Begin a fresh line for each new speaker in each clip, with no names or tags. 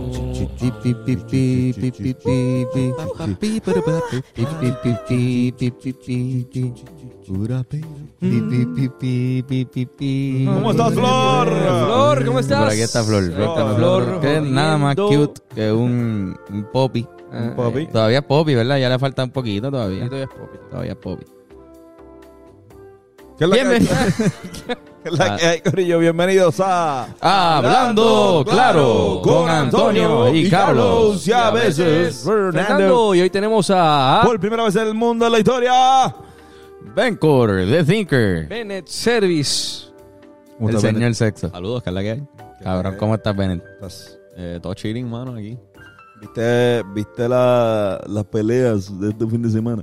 ¿Cómo
¿Cómo estás, Flor?
Flor, ¿cómo estás?
Por aquí está Flor. Flor, está
Flor,
Flor. Que es nada más
moviendo.
cute que un, un poppy. Eh,
Ah,
Papi.
Todavía es poppy, ¿verdad? Ya le falta un poquito
eh,
todavía.
todavía es popi.
Todavía es poppy.
¿Qué es la que hay? ¿Qué es la que hay, Corillo? Bienvenidos a...
Hablando, claro, con Antonio y Carlos.
y Pues a veces Fernando.
Fernando, y hoy tenemos a
Por primera vez en el mundo de la historia.
Bencore, The Thinker,
Bennett Service.
el señor sexo.
Saludos, ¿qué es la que hay?
Cabrón, ¿cómo estás, Bennett?
Estás-
Eh, todo chilling, mano, aquí.
¿Viste, viste la- las peleas de este fin de semana?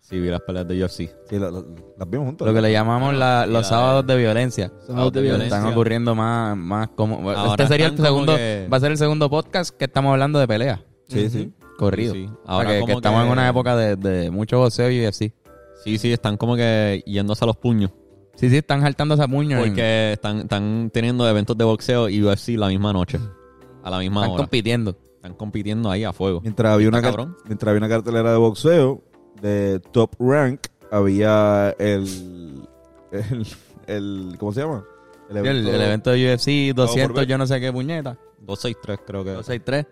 Sí, vi las peleas de UFC.
Sí, la- la- las vimos juntos.
Lo que le llamamos la- los
eh,
sábados de violencia.
Sábados de
Pero
violencia.
Están ocurriendo más, más como.
Ahora
este sería el
están como
segundo.
que-
Va a ser el segundo podcast que estamos hablando de pelea.
Sí, sí.
Corrido.
Sí, sí.
O sea,
Ahora
que,
como
que estamos
que-
en una época de, de mucho boxeo y así.
Sí, sí, están como que yéndose a los puños.
Sí, sí, están saltando esa puño. en-
Porque están, están teniendo eventos de boxeo y UFC la misma noche. A la misma
están
hora.
compitiendo.
están compitiendo ahí a fuego.
Mientras había, una
Está
car-
cabrón.
mientras había una cartelera de boxeo de Top Rank, había el. el, el- ¿Cómo se llama?
El, el evento de UFC
por
200,
ver.
yo no sé qué puñeta.
2-6-3 creo que.
263.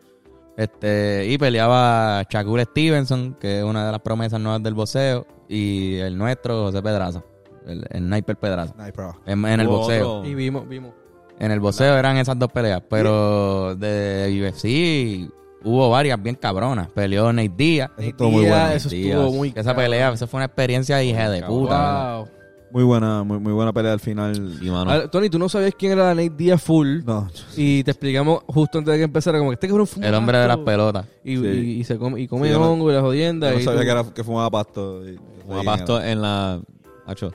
Este, y peleaba Shakur Stevenson, que es una de las promesas nuevas del boxeo. Y el nuestro, José Pedraza. El, el sniper Pedraza.
Sniper.
En, en el
Hubo
boxeo.
otro-
Y vimos, vimos.
En el boxeo eran esas dos peleas, pero de UFC hubo varias bien cabronas. Peleó Nate Díaz.
Eso estuvo muy
Tía,
bueno.
Eso estuvo
Díaz.
muy
Esa pelea, esa fue una experiencia hija de
Cabrón.
puta.
Wow.
Muy buena, muy, muy buena pelea al final.
Sí, mano.
Ah, Tony, tú no sabías quién era Nate Díaz Full.
No,
Y te explicamos justo antes de que empezara, como que este cabrón fue un
El hombre de las
maestro.
pelotas.
Y,
Sí.
y- y se come, y come
Sí, yo no-
hongo y la jodienda.
yo no
y
sabía
todo.
que, era, que fumaba pasto. y-
Como a pasto en la. Acho.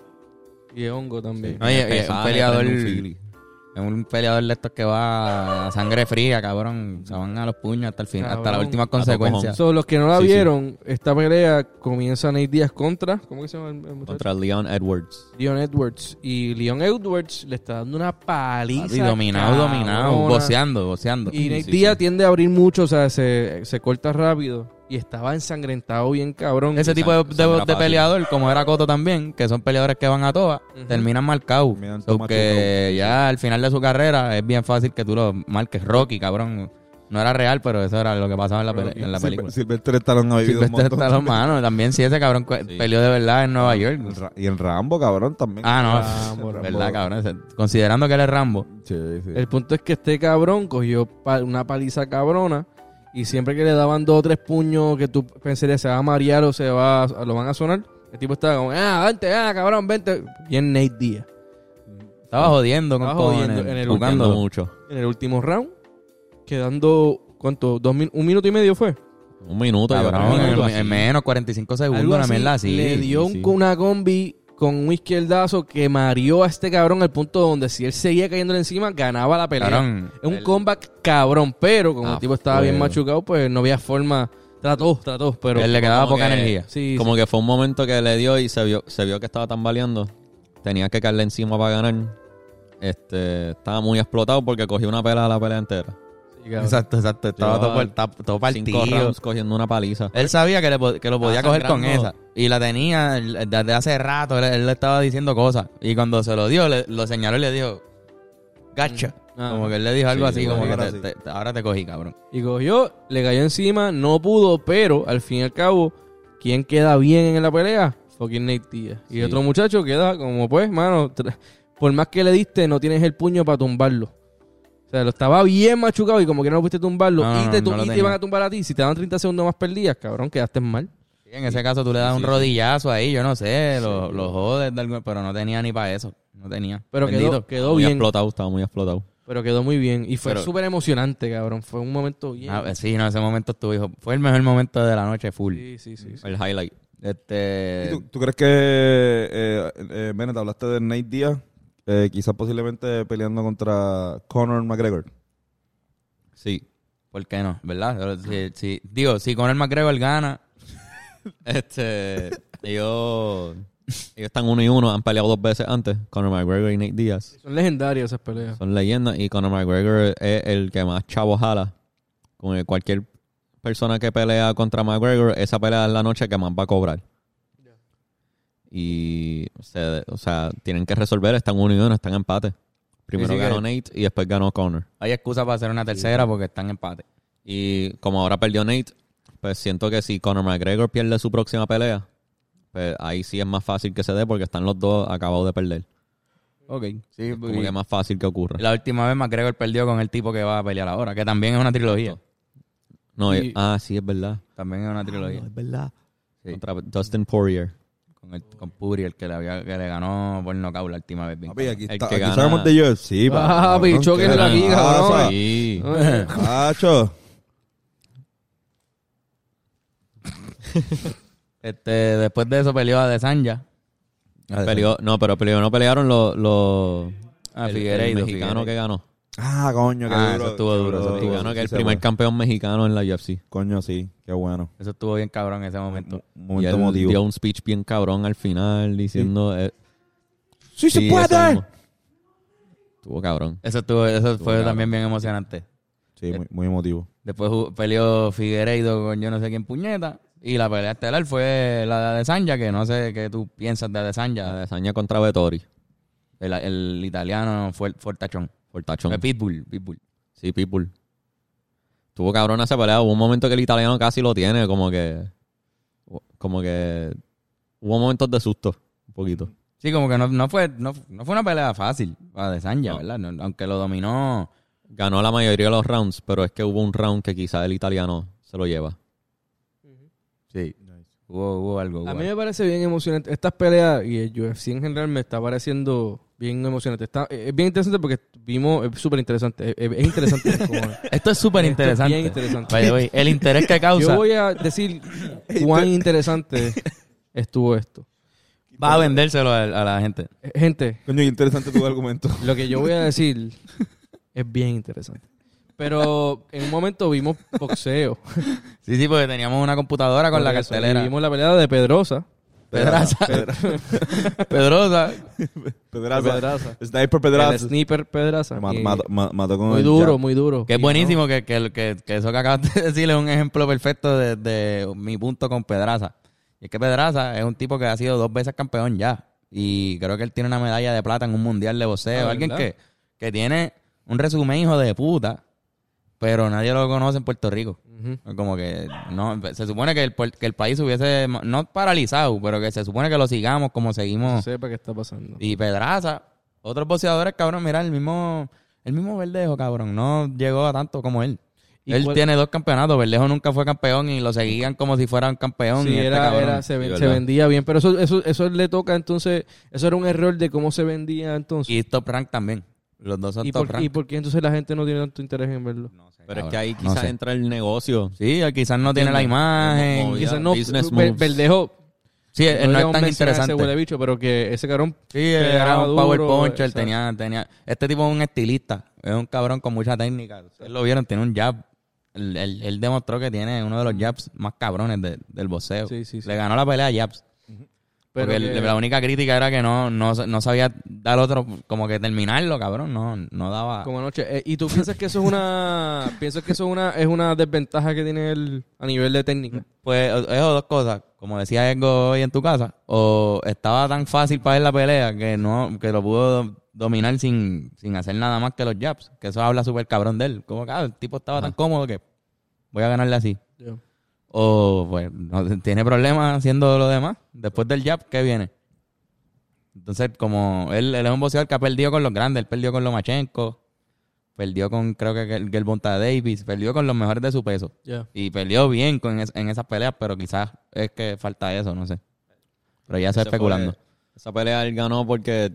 Y hongo también.
No, y- y es eh, un
Pesada,
peleador.
traen un fili.
Es un peleador de estos que va a sangre fría, cabrón. Se van a los puños hasta el final, hasta
Cabrón.
la última
A todos
consecuencia.
So, los que no la
Sí, sí.
vieron, esta pelea comienza Nate Díaz contra. ¿Cómo que se llama el, el muchacho?
Contra Leon Edwards.
Leon Edwards. Y Leon Edwards le está dando una paliza.
Y dominado,
cabrona.
dominado, boceando, boceando.
Y Nate
Sí, sí,
Díaz
sí.
tiende a abrir mucho, o sea, se, se corta rápido. Y estaba ensangrentado bien cabrón.
Ese tipo de, de-
Sandra
de
Pazzi.
peleador, como era Coto también, que son peleadores que van a todas,
Ujú.
terminan marcados.
Terminan todo
Porque
machucado.
ya al final de su carrera es bien fácil que tú lo marques Rocky, cabrón. No era real, pero eso era lo que pasaba en la, pele- en la película.
Silvestre Stallone ha vivido un
Silvestre
montón.
Stallone, mano, también si ese cabrón cu-
Sí.
peleó de verdad en Nueva York.
En Ra- Y en Rambo, cabrón, también.
Ah, no,
Rambo,
verdad, cabrón. Ese- Considerando que él es Rambo,
Sí, sí.
El punto es que este cabrón cogió pa- una paliza cabrona. Y siempre que le daban dos o tres puños que tú pensarías se va a marear o se va a- lo van a sonar, el tipo estaba como, ah, vente, ah, cabrón, vente. Bien Nate Díaz.
estaba jodiendo con
Estaba jodiendo
cojones,
en el
jugando.
Jugando mucho.
En el último round, quedando, ¿cuánto? Dos mil- ¿Un minuto y medio fue?
Un minuto. yo
Cabrón,
creo,
en,
algo
en
así.
menos 45 segundos,
Algo
una
así.
mierda así.
Le dio
sí.
un- una combi con un izquierdazo que mareó a este cabrón al punto donde si él seguía cayéndole encima, ganaba la pelea.
Cabrón.
Es un
El-
comeback cabrón, pero como
Ah,
el tipo estaba bien
fuego.
machucado, pues no había forma. Trató, trató, pero...
él le quedaba
como
poca
que-
energía.
Sí,
Como que fue un momento que le dio y se vio, se vio que estaba tambaleando. Tenía que caerle encima para ganar. Este, estaba muy explotado porque cogió una pela a la pelea entera.
sí, cabrón.
Exacto, exacto. Estaba
Llevaba
todo, por- ta- todo
Cinco
partido.
rounds cogiendo una paliza.
Él sabía que, le po- que lo podía
Estaba
coger con
sangrando.
esa. Y la tenía él- desde hace rato. Él, él le estaba diciendo cosas. Y cuando se lo dio, le- lo señaló y le dijo, gacha.
Mm.
Ah.
Como que él le dijo algo
Sí,
así,
sí,
como que
ahora
te-
sí.
te- te- ahora te cogí, cabrón.
Y cogió, le cayó encima, no pudo, pero al fin y al cabo, ¿quién queda bien en la pelea? Fucking Nate Díaz. Y
Sí.
otro muchacho queda como, pues, mano, tra- por más que le diste, no tienes el puño para tumbarlo. O sea, lo estaba bien machucado y como que no pudiste tumbarlo.
No,
y
no,
te,
no,
tu-
no lo
y te
tenía.
iban a tumbar a ti. Si te daban 30 segundos más perdidas, cabrón, quedaste mal.
Y en ese caso tú le das un
sí.
rodillazo ahí, yo no sé, lo, lo jodes de alguna- pero no tenía ni para eso. No tenía.
Pero
Bendito.
quedó, quedó
muy
bien.
explotado, estaba muy explotado.
Pero quedó muy bien. Y fue
Pero-
súper emocionante, cabrón. Fue un momento bien.
Ah, sí, no, ese momento estuvo, hijo. Fue el mejor momento de la noche, full.
Sí, sí, sí. sí.
El highlight.
Este...
¿Y ¿Tú, tú crees que, eh, eh, Bennett, hablaste de Nate Díaz, eh, quizás posiblemente peleando contra Conor McGregor?
Sí.
¿Por qué no? ¿Verdad? Pero Si, si- digo, si Conor McGregor gana,
Este. yo. Ellos están uno y uno, han peleado dos veces antes, Conor McGregor y Nate Diaz.
Son legendarias esas peleas.
Son leyendas y Conor McGregor es el que más chavo jala. Con el- cualquier persona que pelea contra McGregor, esa pelea es la noche que más va a cobrar. Y, se- o sea, tienen que resolver, están uno y uno, están en empate. Primero
Sí, sí,
ganó
que-
Nate y después ganó Conor.
Hay excusa para hacer una tercera porque están en empate.
Y como ahora perdió Nate, pues siento que si Conor McGregor pierde su próxima pelea, pues ahí sí es más fácil que se dé porque están los dos acabados de perder.
Ok. Sí,
Como que es más fácil que ocurra.
La última vez McGregor perdió con el tipo que va a pelear ahora, que también es una trilogía.
No,
y-
y- ah, sí, es verdad.
También es una trilogía.
verdad.
Sí.
Contra Dustin Poirier.
Con, el, con Puri, el que le, había, que le ganó por nocaut la última vez. bien
Papi, aquí,
El
está,
que
aquí
gana.
sabemos de ellos. Sí,
Papi, choque de la
qué
liga,
Ah,
pasa?
cabrón.
Sí.
Macho.
Este, después de eso peleó a Desanya.
Peleó- no, pero peleó, no pelearon los... los
A Ah,
el-
Figueiredo.
el mexicano que ganó.
Ah, coño, qué
Ah,
duro.
eso estuvo
qué
duro, eso estuvo
Mexicano
Sí,
que es
se
el primer
fue.
campeón mexicano en la UFC.
Coño, sí, qué bueno.
Eso estuvo bien cabrón en ese momento.
Mo-
Y
Momento
él
emotivo.
dio un speech bien cabrón al final diciendo... eh,
¡Sí,
sí,
se
eso
puede!
mismo. Estuvo cabrón.
Eso estuvo, eso fue
cabrón.
también bien emocionante.
Eh.
Sí, muy, muy emotivo.
Después ju- peleó Figueiredo con yo no sé quién puñeta. Y la pelea estelar fue la de Adesanya, que no sé qué tú piensas de
La
Adesanya.
desaña contra Vettori.
El, el italiano fue Fortachón.
Fortachón.
Eh, Pitbull, Pitbull.
Sí, Pitbull. Tuvo cabrón esa pelea. Hubo un momento que el italiano casi lo tiene, como que. Como que. Hubo momentos de susto, un poquito.
Sí, como que no, no fue, no, no fue una pelea fácil para Adesanya,
No.
¿verdad? No- aunque lo dominó.
Ganó la mayoría de los rounds, pero es que hubo un round que quizá el italiano se lo lleva.
Sí. Hubo, hubo algo. hubo
A
algo.
mí me parece bien emocionante. Estas peleas y el UFC en general me está pareciendo bien emocionante. Está, eh, es bien interesante porque vimos, es súper interesante. Es, es- es interesante. como-
Esto es súper interesante.
bien interesante.
By the way, el interés que
Yo
causa
voy a decir cuán interesante estuvo esto.
va a vendérselo a, a la gente.
Eh, Gente,
Coño, qué interesante tu argumento.
lo que yo voy a decir es bien interesante. Pero en un momento vimos boxeo.
Sí, sí, porque teníamos una computadora con la
Por eso, y
cartelera.
Vimos la pelea de Pedrosa.
Pedraza.
Pedra-
Pedrosa.
Pedraza.
Pedraza.
Sniper
El
Pedraza.
sniper Pedraza.
Ma-
que-
Mató ma- mató con
muy
el
duro,
jab.
muy duro.
Que es
Y
buenísimo que, que, que- que eso que acabas de decir es un ejemplo perfecto de, de mi punto con Pedraza. Y es que Pedraza es un tipo que ha sido dos veces campeón ya. Y creo que él tiene una medalla de plata en un mundial de boxeo.
Ah,
Alguien
¿verdad?
que, que tiene un resumen hijo de puta, pero nadie lo conoce en Puerto Rico.
no. Ujú.
Como que no, se supone que el, puer- que el país hubiese, ma- no paralizado, pero que se supone que lo sigamos como seguimos.
sepa qué está pasando.
Y Pedraza, otros boxeadores, cabrón, mira, el mismo, el mismo Verdejo, cabrón, no llegó a tanto como él.
¿Y
Él
cuál-
tiene dos campeonatos, Verdejo nunca fue campeón y lo seguían como si fuera un campeón.
Sí,
y este
era-
cabrón-
era- se, ven-
Sí,
se
¿verdad?
vendía bien, pero eso, eso, eso le toca entonces, eso era un error de cómo se vendía entonces.
y Top Rank también. Los dos son
¿Y
Top
por,
Rank.
y por qué entonces la gente no tiene tanto interés en verlo?
Pero es que ahí
No
quizás
sé.
entra el negocio.
Sí, él quizás no tiene la
Como-
imagen.
como-
Quizás no,
business
Ver-
moves. Eh,
Verdejo,
Sí, él no es
deberíamos
tan
mencionar a Ese
interesante.
huele bicho, pero que ese cabrón
Sí, él era
pegaba
un power
duro,
puncher,
exacto.
tenía, tenía... Este tipo es un estilista, es un cabrón con mucha técnica. Ustedes lo vieron, tiene un jab. Él, él- él demostró que tiene uno de los jabs más cabrones de- del boxeo.
Sí, sí, sí.
Le ganó la pelea a jabs.
pero
porque el-
que-
la única crítica era que no, no, no sabía dar otro, como que terminarlo, cabrón. No, no daba...
como anoche. Eh, ¿Y tú piensas que eso es una, piensas que eso es una, es una desventaja que tiene él a nivel de técnica?
Pues o- eso, dos cosas. Como decía Ergo hoy en tu casa, o estaba tan fácil para él la pelea que no que lo pudo do- dominar sin, sin hacer nada más que los jabs. Que eso habla súper cabrón de él. Como que ah, el tipo estaba tan cómodo que voy a ganarle así. O pues no, tiene problemas haciendo lo demás. Después del jab, ¿qué viene? Entonces, como él, él es un boxeador que ha perdido con los grandes, él perdió con Lomachenko, perdió con creo que Gel- Gelbonta Davis, perdió con los mejores de su peso.
Ya.
Y peleó bien con es- en esas peleas, pero quizás es que falta eso, no sé. Pero ya se
Ese
está especulando.
fue- esa pelea él ganó porque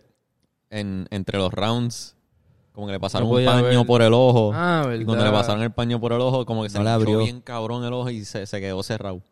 en, entre los rounds, como que le pasaron
No
un
podía
paño
ver.
por el ojo.
Ah,
y
verdad.
cuando le pasaron el paño por el ojo, como que se
No
le
la
abrió
abrió.
bien cabrón el ojo y se, se quedó cerrado.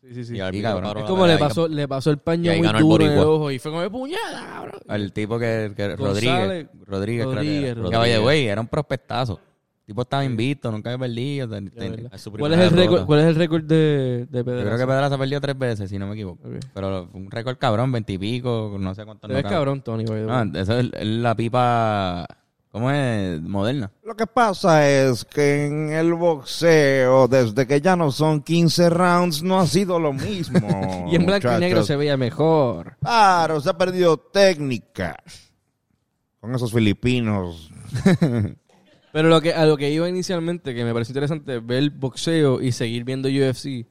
Sí, sí, sí.
Y al
Sí,
árbitro
cabrón.
paró
Es
la
como le
pelea y-
pasó, le pasó el
y
paño
ahí
muy
ganó el
duro en el
boricua.
ojo y fue como "¡Eh, puñada, cabrón.
El tipo que, que
González-
Rodríguez, Rodríguez, creo que era. Que,
Rodríguez,
by the
Rodríguez.
way, era un prospectazo. El tipo estaba invicto, nunca había perdido. ten- ten-
verdad.
Es su
¿Cuál
primera
es, el
derrota.
récord, ¿Cuál es el récord de, de
yo
Pedraza?
creo que Pedraza perdió tres veces, si no me equivoco.
Ok.
Pero fue un récord cabrón, veintipico, no sé cuántos
Te ves
knockouts.
cabrón, Tony. by the way.
No, esa es, es la pipa, ¿cómo es? Moderna.
Lo que pasa es que en el boxeo, desde que ya no son 15 rounds, no ha sido lo mismo.
y en blanco y negro
muchachos.
se veía mejor.
Claro, se ha perdido técnica. Con esos filipinos.
Pero lo que, a lo que iba inicialmente, que me pareció interesante, ver boxeo y seguir viendo UFC.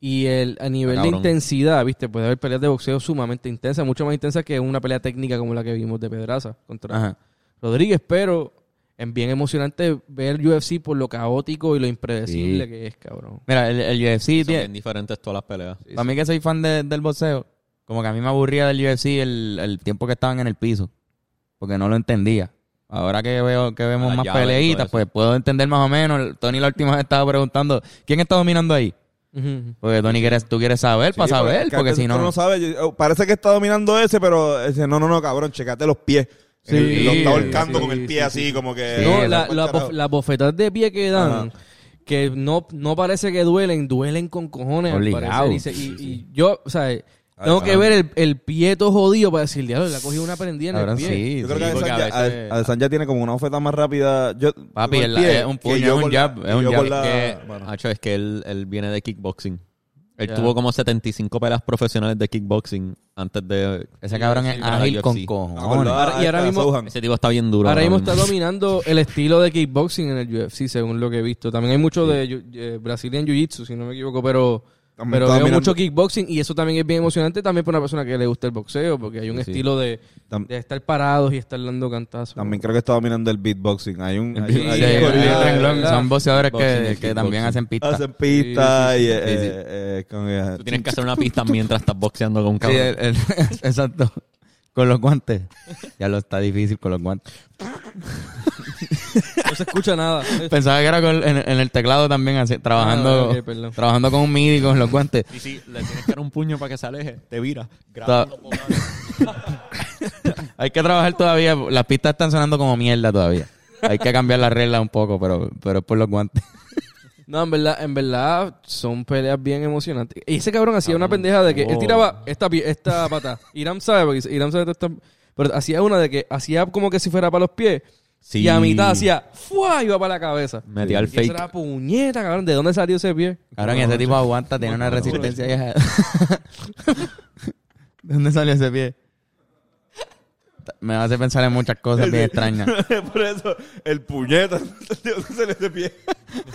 Y el, a nivel de
cabrón.
intensidad, viste, puede haber peleas de boxeo sumamente intensas, mucho más intensas que una pelea técnica como la que vimos de Pedraza contra
Ajá.
Rodríguez. Pero es bien emocionante ver UFC por lo caótico y lo impredecible
Sí.
que es, cabrón.
Mira, el, el UFC
Son
tiene,
bien diferentes todas las peleas.
para mí que soy fan de- del boxeo, como que a mí me aburría del UFC el, el tiempo que estaban en el piso, porque no lo entendía. Ahora que veo que vemos
Las
más
llaves y todo
peleitas,
eso.
pues puedo entender más o menos. El- Tony la última vez estaba preguntando, ¿quién está dominando ahí?
Ujú.
Porque Tony, quieres, tú quieres saber para saber,
es que
porque
antes
si no...
tú no sabes, yo- oh, parece que está dominando ese, pero ese, no, no, no, cabrón, checate los pies.
Sí,
El- lo está ahorcando
sí,
con el pie
sí,
así, como
Eh,
que.
No, la- la
Cuéntalo.
bof- las bofetadas de pie que dan, que no, no parece que duelen, duelen con cojones. al
Obligado.
parecer. Y, se- y- y yo, o sea, tengo que ver el, el pie todo jodido para decir, diablo, le ha cogido una prendida en
Cabrón,
el pie.
sí,
Yo creo
sí,
que
porque a
Adesanya,
veces-
Ade- Adesanya tiene como una oferta más rápida. Yo,
Papi,
con
el-
pie,
es un
que
puño,
yo
es un
con la-
jab, es un
yo
jab,
con
es
la-
que-
bueno.
Hacho, es que él, él viene de kickboxing. Él
Ya.
tuvo como 75 peleas profesionales de kickboxing antes de...
Ese cabrón es
para la
ágil con
UFC.
No,
cojones.
¿verdad?
ahora- y ahora
Está
mismo-
Sohan.
Ese tipo está bien duro.
Ahora mismo
mismo.
está dominando el estilo de kickboxing en el UFC, según lo que he visto. También hay mucho de yu- eh, Brazilian Jiu-Jitsu, si no me equivoco, pero,
También
pero
está
veo
dominando-
mucho kickboxing y eso también es bien emocionante también para una persona que le gusta el boxeo, porque hay un estilo de,
Tam-
de estar parados y estar dando cantazos.
También creo que está dominando el beatboxing. Hay un. hay
Sí,
un-
sí,
hay
hay
un-
un
verdad,
renglón,
verdad.
son boxeadores
Kickboxing,
que,
el
que también
kickboxing.
hacen pista.
Hacen pista y. eh,
sí.
eh, con- eh,
Tú tienes que hacer una pista mientras estás boxeando con un
Sí,
cabrón.
el- el- exacto. Con los guantes. Ya lo está difícil con los guantes.
No se escucha nada.
Pensaba que era con- en, en el teclado también, así, trabajando,
Ah, ok, perdón.
trabajando con un MIDI, con los guantes.
Y si le tienes que dar un puño para que se aleje, te vira.
Ta- Hay que trabajar todavía. Las pistas están sonando como mierda todavía. Hay que cambiar las reglas un poco, pero, pero es por los guantes.
No, en verdad, en verdad son peleas bien emocionantes. Y ese cabrón hacía una pendeja de que
Oh.
él tiraba esta, pie- esta pata. Iram sabe, porque dice- Iram sabe todo esto. Pero hacía una de que hacía como que si fuera para los pies.
Sí.
Y a mitad hacía ¡fua! iba para la cabeza.
Metía
y
el
esa
fake.
era puñeta, cabrón. ¿De dónde salió ese pie?
Ahora que ese tipo aguanta, tiene una resistencia. vieja. ¿De dónde salió ese pie? Me hace pensar en muchas cosas bien extrañas.
Por eso, el puñeta. se le de pie.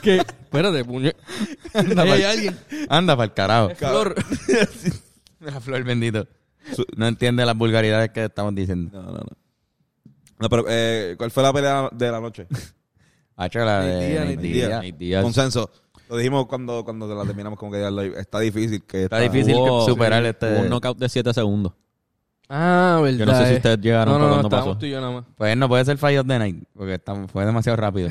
Que, espérate, puñeta.
Anda
Hay
pa'l-
alguien.
Anda para el carajo.
Flor.
La flor bendito. No entiende las vulgaridades que estamos diciendo.
No, no, no. No, pero eh, ¿cuál fue la pelea de la noche?
Hacho, la de
Nate Diaz,
Nate
Nate
Diaz.
Diaz.
Nate Diaz.
Consenso. Lo dijimos cuando, cuando la terminamos como que ya live. Está difícil que
Está difícil
Hubo-
que superar este.
Hubo un knockout de 7 segundos.
Ah, verdad.
Yo no sé si
eh.
ustedes llegaron
No,
para
no, no,
cuando
estábamos
pasó.
tú y yo nada más.
Pues no puede ser Fight of the Night, porque está- fue demasiado rápido.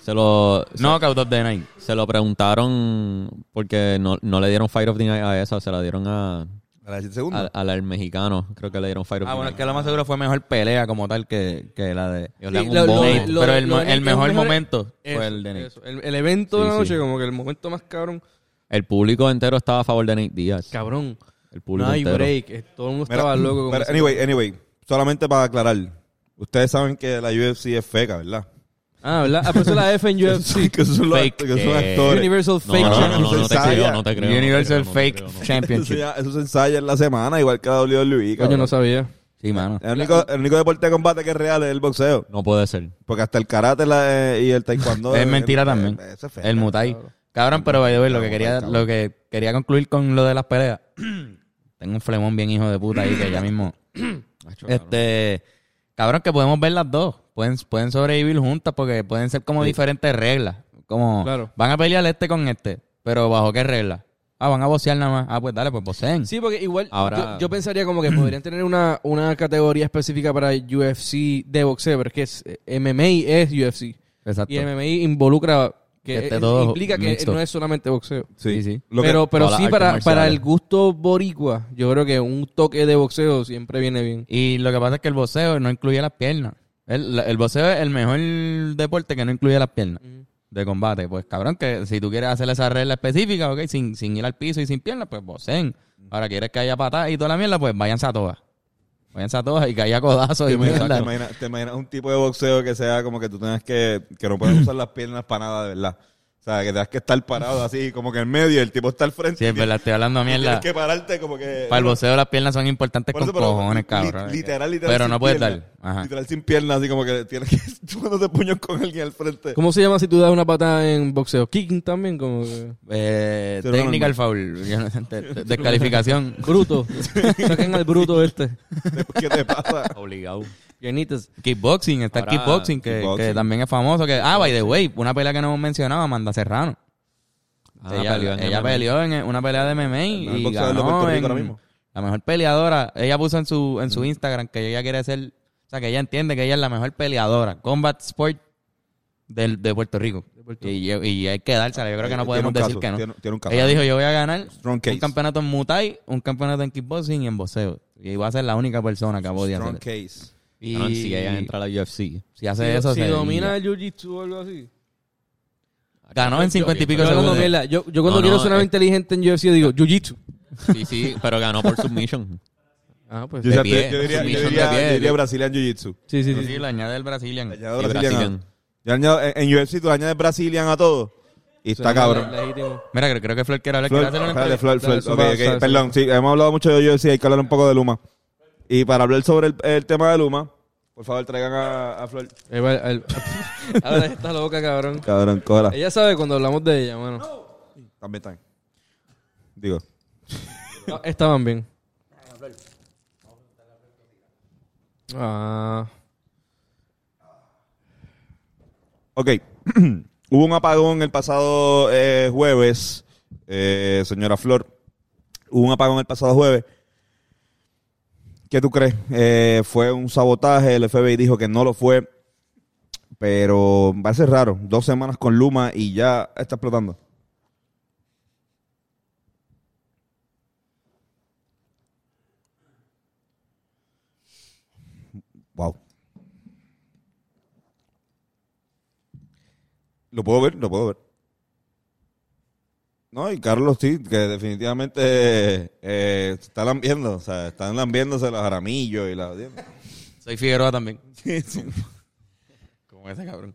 Se lo,
Knockout of the Night.
se, se lo preguntaron porque no, no le dieron Fire of the Night a esa, se la dieron a,
A las 7 segundos.
al, al- al mexicano. Creo que le dieron Fire of
Ah,
the
bueno, es
Night.
que lo más seguro fue mejor pelea como tal que, que la de.
Ellos le dan
Sí,
un
lo- lo-
bombo.
Nate,
lo-
pero el,
lo de
el
Nate es
mejor
mejor-
momento
Eso,
fue el de Nate.
eso. El, el evento de
Sí,
la
sí.
noche, como que el momento más cabrón.
El público entero estaba a favor de Nate Díaz.
Cabrón.
El público
No hay
entero.
break. eh, Todo el mundo
Mira,
estaba loco. con
pero
ese-
anyway, anyway. Solamente para aclarar. Ustedes saben que la UFC es feca, ¿verdad?
Ah, ¿verdad? Ah, pero eso es la F en UFC.
que son los,
Fake.
act- que son
Eh,
actores.
Universal
No,
Fake
no, no, no,
Championship.
no, no te
Ensaya.
creo, no te creo. no te
Universal
creo, no te
Fake
creo, no.
Eso se
Championship.
llama- eso se ensaya en la semana, igual que la WWE.
Coño,
cabrón.
no sabía.
Sí, mano.
el, único, el único deporte de combate que es real es el boxeo.
No puede ser.
Porque hasta el karate la- eh, y el taekwondo.
Es mentira también.
eh, eso es feca.
El Mutai. Cabrón, pero by the way, lo que quería, lo que quería concluir con lo de las peleas. Tengo un flemón bien hijo de puta ahí que ya mismo. este, cabrón, que podemos ver las dos. Pueden, pueden sobrevivir juntas porque pueden ser como diferentes reglas. Como
Claro.
van a pelear este con este, pero bajo qué regla. Ah, van a bocear nada más. Ah, pues dale, pues voceen.
Sí, porque igual
Ahora-
yo, yo pensaría como que podrían tener una, una categoría específica para UFC de boxeo, pero es que es, eh, MMA es UFC.
Exacto.
Y MMA involucra, que
Que esté
eh,
todo
implica que
mixto.
no es solamente boxeo.
Sí, sí.
Lo que-
pero pero
todas las
sí,
artes
para,
marciales.
para el gusto boricua, yo creo que un toque de boxeo siempre viene bien.
Y lo que pasa es que el boxeo no incluye las piernas. El, la- el boxeo es el mejor deporte que no incluye las piernas de combate. Pues cabrón, que si tú quieres hacer esa regla específica, ok, sin, sin ir al piso y sin piernas, pues boxeen. Ahora quieres que haya patadas y toda la mierda, pues váyanse a todas. Váyanse a todas y que haya codazos
¿Te
y
imaginas,
mierda.
te imaginas- te imaginas un tipo de boxeo que sea como que tú tengas que, que no puedes usar las piernas para nada, de verdad. O sea, que tengas que estar parado así, como que en medio, y el tipo está al frente.
Sí, es
y
verdad, estoy hablando
tienes-
mierda.
Tienes que pararte como que.
Para el boxeo las piernas son importantes
Por
con
eso, pero
cojones,
li-
cabrón. eh.
Literal, literal.
Pero
sin
no puedes
piernas.
dar. Ajá.
Literal sin piernas, así como que tienes que. chupándote puños con alguien al frente.
¿Cómo se llama si tú das una patada en boxeo? Kicking también, como que...
Eh,
Cero
technical
normal.
foul. Yo no sé, te- te- Descalificación.
Bruto. Saquen al bruto este.
¿Qué te pasa?
Obligado.
Pianitas.
Kickboxing, está
Ahora,
el kickboxing que,
kickboxing.
que también es famoso. Que, ah, by the way, una pelea que no hemos mencionado, Amanda Serrano.
Ah,
ella
peleó en
ella
MMA.
peleó en eh, una pelea de MMA
mejor
y
boxeador
ganó
de Puerto Rico
en-
ahora mismo. Mm.
la mejor peleadora. Ella puso en su en su Instagram que ella quiere ser, o sea, que ella entiende que ella es la mejor peleadora combat sport del, de Puerto Rico.
Puerto
Y, y hay que dársela. Yo creo que no
Eh, Tiene
podemos
un
decir
caso,
que no.
Tiene, tiene un caso.
Ella dijo, yo voy a ganar
Strong case.
un campeonato en Muay, un campeonato en kickboxing y en boxeo. Y va a ser la única persona que ha podido
Strong
hacer. eso.
case.
Y
Cabrón, si ella entra a la UFC.
si hace eso,
si
se-
domina el jiu-jitsu o algo así.
ganó en cincuenta y pico
Yo cuando,
segundos.
mierda, yo, yo cuando
No,
quiero
no,
sonar
eh.
inteligente en UFC digo, jiu-jitsu.
Sí, sí, pero ganó por submission.
Ah, pues.
Yo,
De
yo
pie,
diría, yo
sumisión de
diría,
pie,
yo diría
tío.
Brazilian Jiu-Jitsu.
Sí, sí,
Sí,
sí.
sí, le añade el Brazilian.
Añado
Sí,
Brazilian.
Brazilian.
Yo añado- en, en UFC tú añades Brazilian a todo. Y está
Suena
cabrón.
le- legítimo.
Mira, creo, creo que Flor quiere hablar.
Flor,
quiere hacer una
espérate,
entrevista.
Flor, Flor,
Dale,
ok,
sube,
ok,
sube,
Perdón, sí, hemos hablado mucho de UFC, hay que hablar un poco de Luma. Y para hablar sobre el, el tema de Luma, por favor traigan a, a Flor.
Ahí Eh, va el- Ahora está loca, cabrón.
Cabrón, cobra.
Ella sabe cuando hablamos de ella, mano.
También están. Digo.
No, Estaban bien. Ah.
Ok. Hubo un apagón el pasado eh, jueves, eh, señora Flor. Hubo un apagón el pasado jueves. ¿Qué tú crees? Eh, fue un sabotaje, el FBI dijo que no lo fue. Pero va a ser raro. Dos semanas con Luma y ya está explotando. Wow. Lo puedo ver, lo puedo ver. No, y Carlos sí, que definitivamente eh, se está lambiendo, o sea, están lambiéndose los jaramillos y las...
Soy Figueroa también. Como ese cabrón.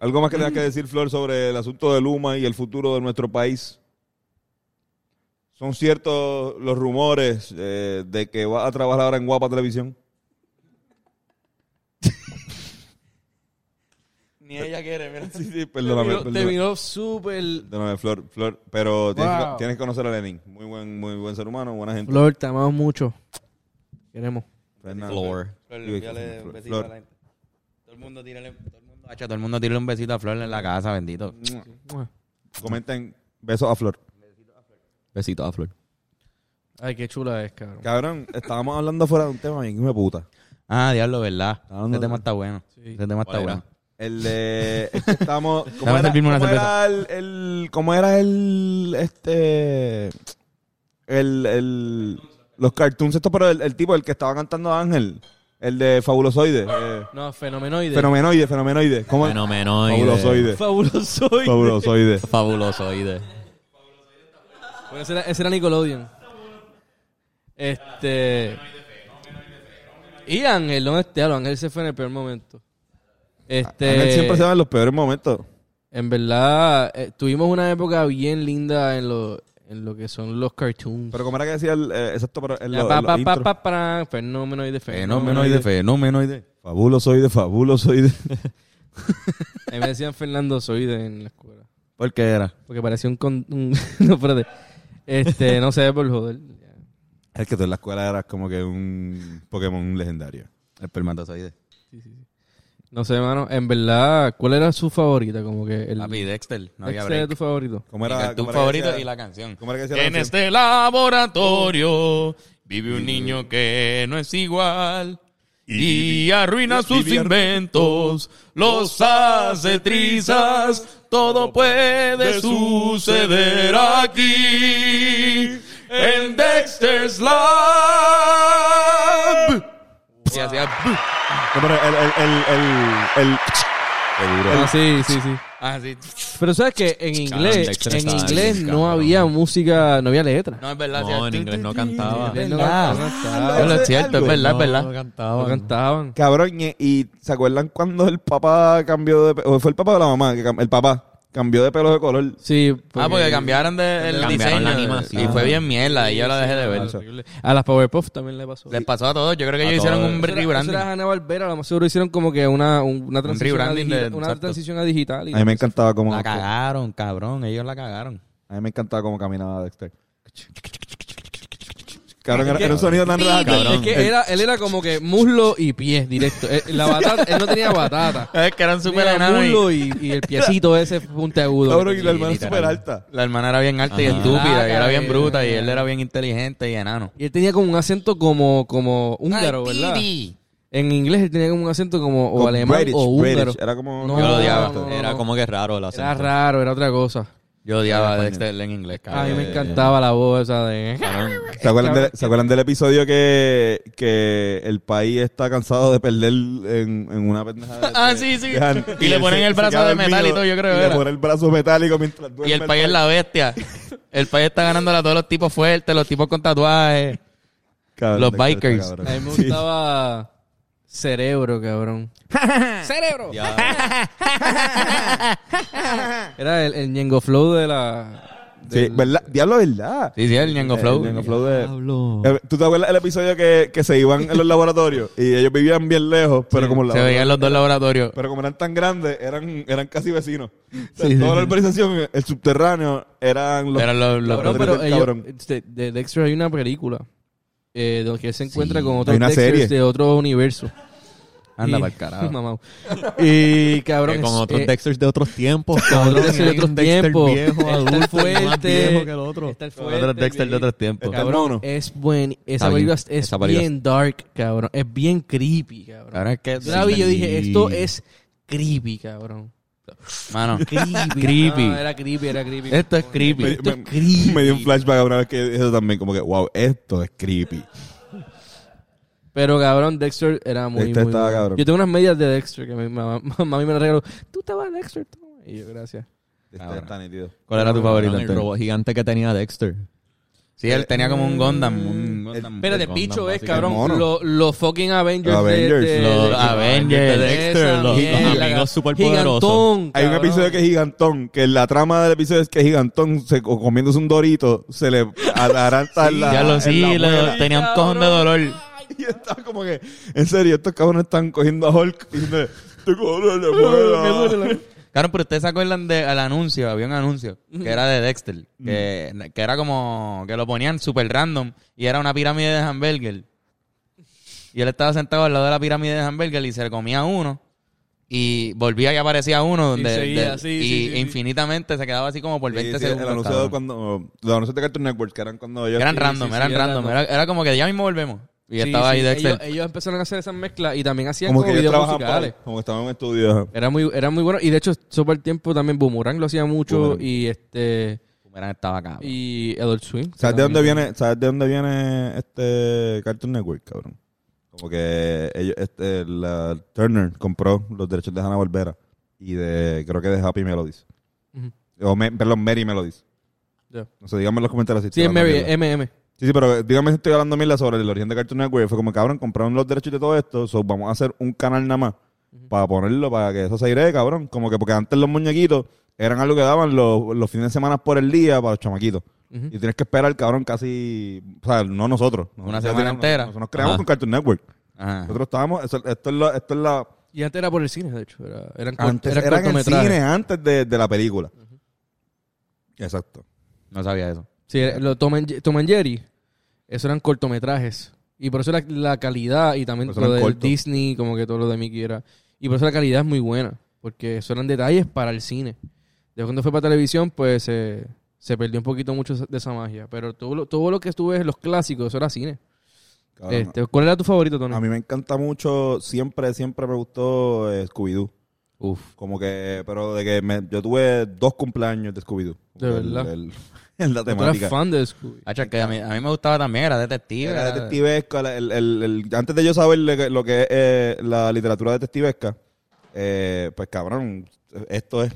¿Algo más que tengas que decir, Flor, sobre el asunto de Luma y el futuro de nuestro país? ¿Son ciertos los rumores eh, de que va a trabajar ahora en Guapa Televisión?
Ni ella quiere, mira.
Sí, sí, perdóname,
Terminó
perdóname.
terminó súper.
Perdóname, Flor, Flor, pero tienes, que,
Wow.
tienes que conocer a Lenin. Muy buen, muy buen ser humano, buena gente.
Flor, te amamos mucho. Queremos.
Fernando.
Floor.
envíale un besito a la
gente. Todo el mundo tírale, todo el mundo, todo el mundo tírale un besito a Flor en la casa, bendito.
Comenten besos a Flor.
Besito a Flor.
Ay, qué chula es, cabrón.
Cabrón, estábamos hablando fuera de un tema bien, hijo de puta.
Ah, diablo, ¿verdad?
Ah, no,
Ese
no.
tema está bueno.
Sí.
Ese tema está
¿Cuál era?
bueno.
El de. es que estábamos. ¿Cómo
Dame
era,
servirme una
cómo
cerveza.
era el, el- ¿Cómo era el. Este. El. el los cartoons, estos, pero el, el tipo, el que estaba cantando Ángel. El de Fabulosoide. eh,
No, fenomenoide.
fenomenoide, fenomenoide. ¿Cómo es? Fabulosoide.
Fenomenoide.
Fabulosoide.
Fabulosoide.
Fabulosoide.
Bueno, ese era, ese era Nickelodeon. Este. Y Ángel, ¿dónde está? Claro, Ángel se fue en el peor momento. Este.
Ángel siempre se va en los peores momentos.
En verdad, eh, tuvimos una época bien linda en lo, en lo que son los cartoons.
Pero, ¿cómo era que decía el. eh, exacto, pero. En
Ya,
los,
pa,
en
pa,
los
pa,
intros?
pa, pa, fenomenoide,
Fenomenoide,
fenomenoide.
fenomenoide.
Fabulosoide, fabulosoide.
A mí me decían Fernando Soide en la escuela.
¿Por qué era?
Porque parecía un... con- un- no, espérate. Este, no sé, por joder.
es que tú en la escuela eras como que un Pokémon legendario. Espermatozoide.
Sí, sí, sí. No sé, hermano. En verdad, ¿cuál era su favorita? Como que el...
Papi, Dexter. No había
¿Este era
break.
tu favorito?
¿Cómo
Mi
era?
cartoon
cómo era que
favorito
decía-
y la canción.
¿Cómo era que decía la
En
canción?
este laboratorio vive un niño que no es igual y arruina sus
y- y-
inventos, los hace trizas, todo puede suceder aquí en Dexter's Lab. Y hacía.
No, pero el, el, el, el, el- Qué duro.
Ah, sí, sí, sí.
Así.
Pero sabes que en
Cabrón,
inglés, en
está bien,
inglés no
cabrón.
había música, no había letra.
No, es verdad.
No,
hacía-
en inglés no cantaba.
Es verdad.
Ah,
Es lo cierto, es
algo.
verdad, es
No
verdad.
No
cantaba.
cantaban.
Cabrón, y, y se acuerdan cuando el papá cambió de pe- o fue el papá de la mamá, que cam- el papá cambió de pelo de color.
Sí. pues, eh,
Ah, porque cambiaron de, el
Cambiaron
diseño.
la animación.
Y fue bien mierda. Y yo la dejé de ver.
horrible. A las Powerpuff también le pasó.
Les pasó a todos. Yo creo que
A
ellos hicieron
todos.
un
Eso era- eso
rebranding.
era Hanna Barbera, a lo más seguro hicieron como que una, un- una transición, a,
rebranding
digi-
de-
una
exacto.
transición a digital. y-
A mí me encantaba cómo
La
a
cagaron, cabrón. Ellos la cagaron.
mí me encantaba cómo caminaba Dexter. Cabrón, era, era un sonido tan raro.
Cabrón.
Es que era, él era como que muslo y pie directo. Eh, La batata, él no tenía batata.
Es que eran súper
Tenía
enanos.
muslo y, y el piecito ese puntiagudo.
Cabrón, y la
que tenía.
hermana
literal.
súper alta.
La hermana era bien alta y
Ajá.
estúpida, y
Claro,
era bien
eh.
bruta, y él era bien inteligente y enano.
Y él tenía como un acento como, como húngaro, ¿verdad? En inglés él tenía como un acento como, o
Como
alemán
British,
o húngaro.
British, Era como...
No,
Yo lo odiaba.
no, no.
Era como que raro la
Era raro, era otra cosa.
Yo odiaba a Dexter en inglés,
A
cabrón.
mí me encantaba la voz esa de...
¿Se acuerdan, del- ¿se acuerdan del episodio que, que el país está cansado de perder en, en una pendeja? de-
Ah, sí, sí.
Dejan-
Y le
él
ponen
se-
el
se
brazo
queda
de
dormido
metal y todo, yo creo
y
que
Le
era.
ponen el brazo metálico mientras duerme.
Y el país es la bestia. El país está ganando a todos los tipos fuertes, los tipos con tatuajes.
Cabrón,
los
está
bikers.
cabrón.
A mí me
Sí.
gustaba... Cerebro, cabrón. ¡Cerebro! Era el, el Ñengo Flow de la...
Sí, ¿verdad? Diablo, ¿verdad?
Sí, sí, el Ñengo Flow.
El Ñengo Flow de- Eh, ¿Tú te acuerdas el episodio que, que se iban en los laboratorios? Y ellos vivían bien lejos, pero como los
Se
laboratorios-
veían los dos laboratorios.
Pero como eran tan grandes, eran, eran casi vecinos. O sea, toda la urbanización, el subterráneo, eran los...
Eran los- los-
Cabrón,
laboratorios
pero
del
ellos-
cabrón.
de, de Dexter hay una película eh, donde él se encuentra con
Hay
otros
una
Dexters
serie.
de otro universo.
Anda
Y-
pa'l carajo.
Mamau. Y cabrón.
con
es-
otros
eh,
Dexters de otros tiempos,
cabrón,
cabrón.
Dexter de otros tiempos. Está el
más
fuerte.
viejo que el otro.
Está el fuerte,
Otros Dexter de otros tiempos.
Está el mono.
Cabrón, es buen. Esa
Está bien.
película es- es
Esa película
bien dark, cabrón. Es bien creepy, cabrón.
Cabrón, es que...
Yo la vi y yo dije, esto es creepy, cabrón.
Mano,
Creepy.
Creepy.
No, era creepy, era creepy.
esto es
Me,
creepy.
Esto es
me-
creepy.
me dio un flashback una vez que eso también, como que, wow, esto es creepy.
Pero cabrón, Dexter era muy,
Dexter
muy
estaba
bueno.
cabrón.
Yo tengo unas medias de Dexter que mi mamá, mami me las regaló. Tú te vas a Dexter, toma. Y yo, gracias.
Cabrón.
nítido.
¿Cuál era tu favorito,
El
Antonio?
robot gigante que tenía Dexter.
Sí, él tenía como un Gundam. Un Gundam.
Espérate,
Gundam,
bicho es,
básicamente.
cabrón.
Mono.
Los los fucking Avengers.
Los Avengers.
De, de-
Los
este de-
Avengers.
de Dexter,
Esa
los- los
mierda,
amigos superpoderosos.
Gigantón,
Hay un
cabrón.
episodio que es gigantón, que la trama del episodio es que gigantón, se, o comiéndose un dorito, se le ataranta en la.
Ya lo
en
sí,
la
le-
muela.
tenía un cojón de dolor.
Y estaba como que, en serio, estos cabrones están cogiendo a Hulk y diciendo, te cobro la muela.
Claro, pero ustedes se acuerdan del anuncio, había un anuncio que era de Dexter, que, que era como que lo ponían super random y era una pirámide de hamburger. Y él estaba sentado al lado de la pirámide de hamburger y se le comía uno y volvía y aparecía uno
Y
donde,
seguía,
de-
sí,
y
sí, sí, sí.
infinitamente se quedaba así como por 20
Sí, sí,
segundos.
el anuncio de
cabrón.
cuando, los anuncios de Cartoon Network, que eran cuando ellos.
eran
sí,
random,
sí,
eran
sí, era
random,
random.
era, era como que ya mismo volvemos. Y
Sí,
estaba ahí
sí,
Dexter.
Ellos, ellos empezaron a hacer esas mezclas y también hacían
como
como,
que ellos
videos
trabajaban por
musicales.
ahí, como que estaban en un estudio. ajá.
Era muy, era muy bueno. Y de hecho, sobre el tiempo también Boomerang lo hacía mucho.
Boomerang.
Y este.
Boomerang estaba acá.
Y Adult Swim.
¿Sabes de dónde viene, sabes de dónde viene este Cartoon Network, cabrón? Como que ellos, este, la Turner compró los derechos de Hanna Barbera y de, creo que de Happy Melodies.
Ujú.
O me- perdón, Mary Melodies.
Ya.
No sé, díganme en los comentarios si
Sí,
estoy
es
hablando
Mary,
mierda.
MM.
Sí, sí, pero dígame si estoy hablando mierda sobre el origen de Cartoon Network. Fue como, cabrón, compraron los derechos de todo esto, so vamos a hacer un canal nada más para ponerlo, para que eso se iré, cabrón. Como que porque antes los muñequitos eran algo que daban los, los fines de semana por el día para los chamaquitos.
Ujú.
Y tienes que esperar, cabrón, casi... O sea, no nosotros.
Una
Nosotros
semana
teníamos-
entera.
Nosotros nos creamos
Ajá.
con Cartoon Network.
Ajá.
Nosotros estábamos... eso- esto es la... Esto es la
Y antes era por el cine, de hecho. Era, eran cort-
antes
eran
eran en
cortometrajes.
cine antes de, de la película. Exacto.
No sabía eso.
Sí, era- lo Tom and, Tom and Jerry. Eso eran cortometrajes. Y por eso la, la calidad y también
Por eso
lo
eran
de
cortos.
Disney, como que todo lo de Mickey era. Y por eso la calidad es muy buena. Porque eso eran detalles para el cine. Después cuando fue para televisión, pues eh, se perdió un poquito mucho de esa magia. Pero todo lo, todo lo que estuve en los clásicos, eso era cine.
Cabrón,
Este, ¿Cuál era tu favorito, Tony?
A mí me encanta mucho, siempre, siempre me gustó eh, Scooby-Doo.
Uf.
Como que, pero de que me- yo tuve dos cumpleaños de Scooby-Doo.
De
El-
verdad.
el- el- la
Tú eras
temática.
fan de Scooby.
Hacho, es que a mí, a mí me gustaba también, era detective.
Era
era-
detectivesca. la- el- el- el- antes de yo saber lo que, lo que es eh, la literatura detectivesca, eh, pues cabrón, esto es.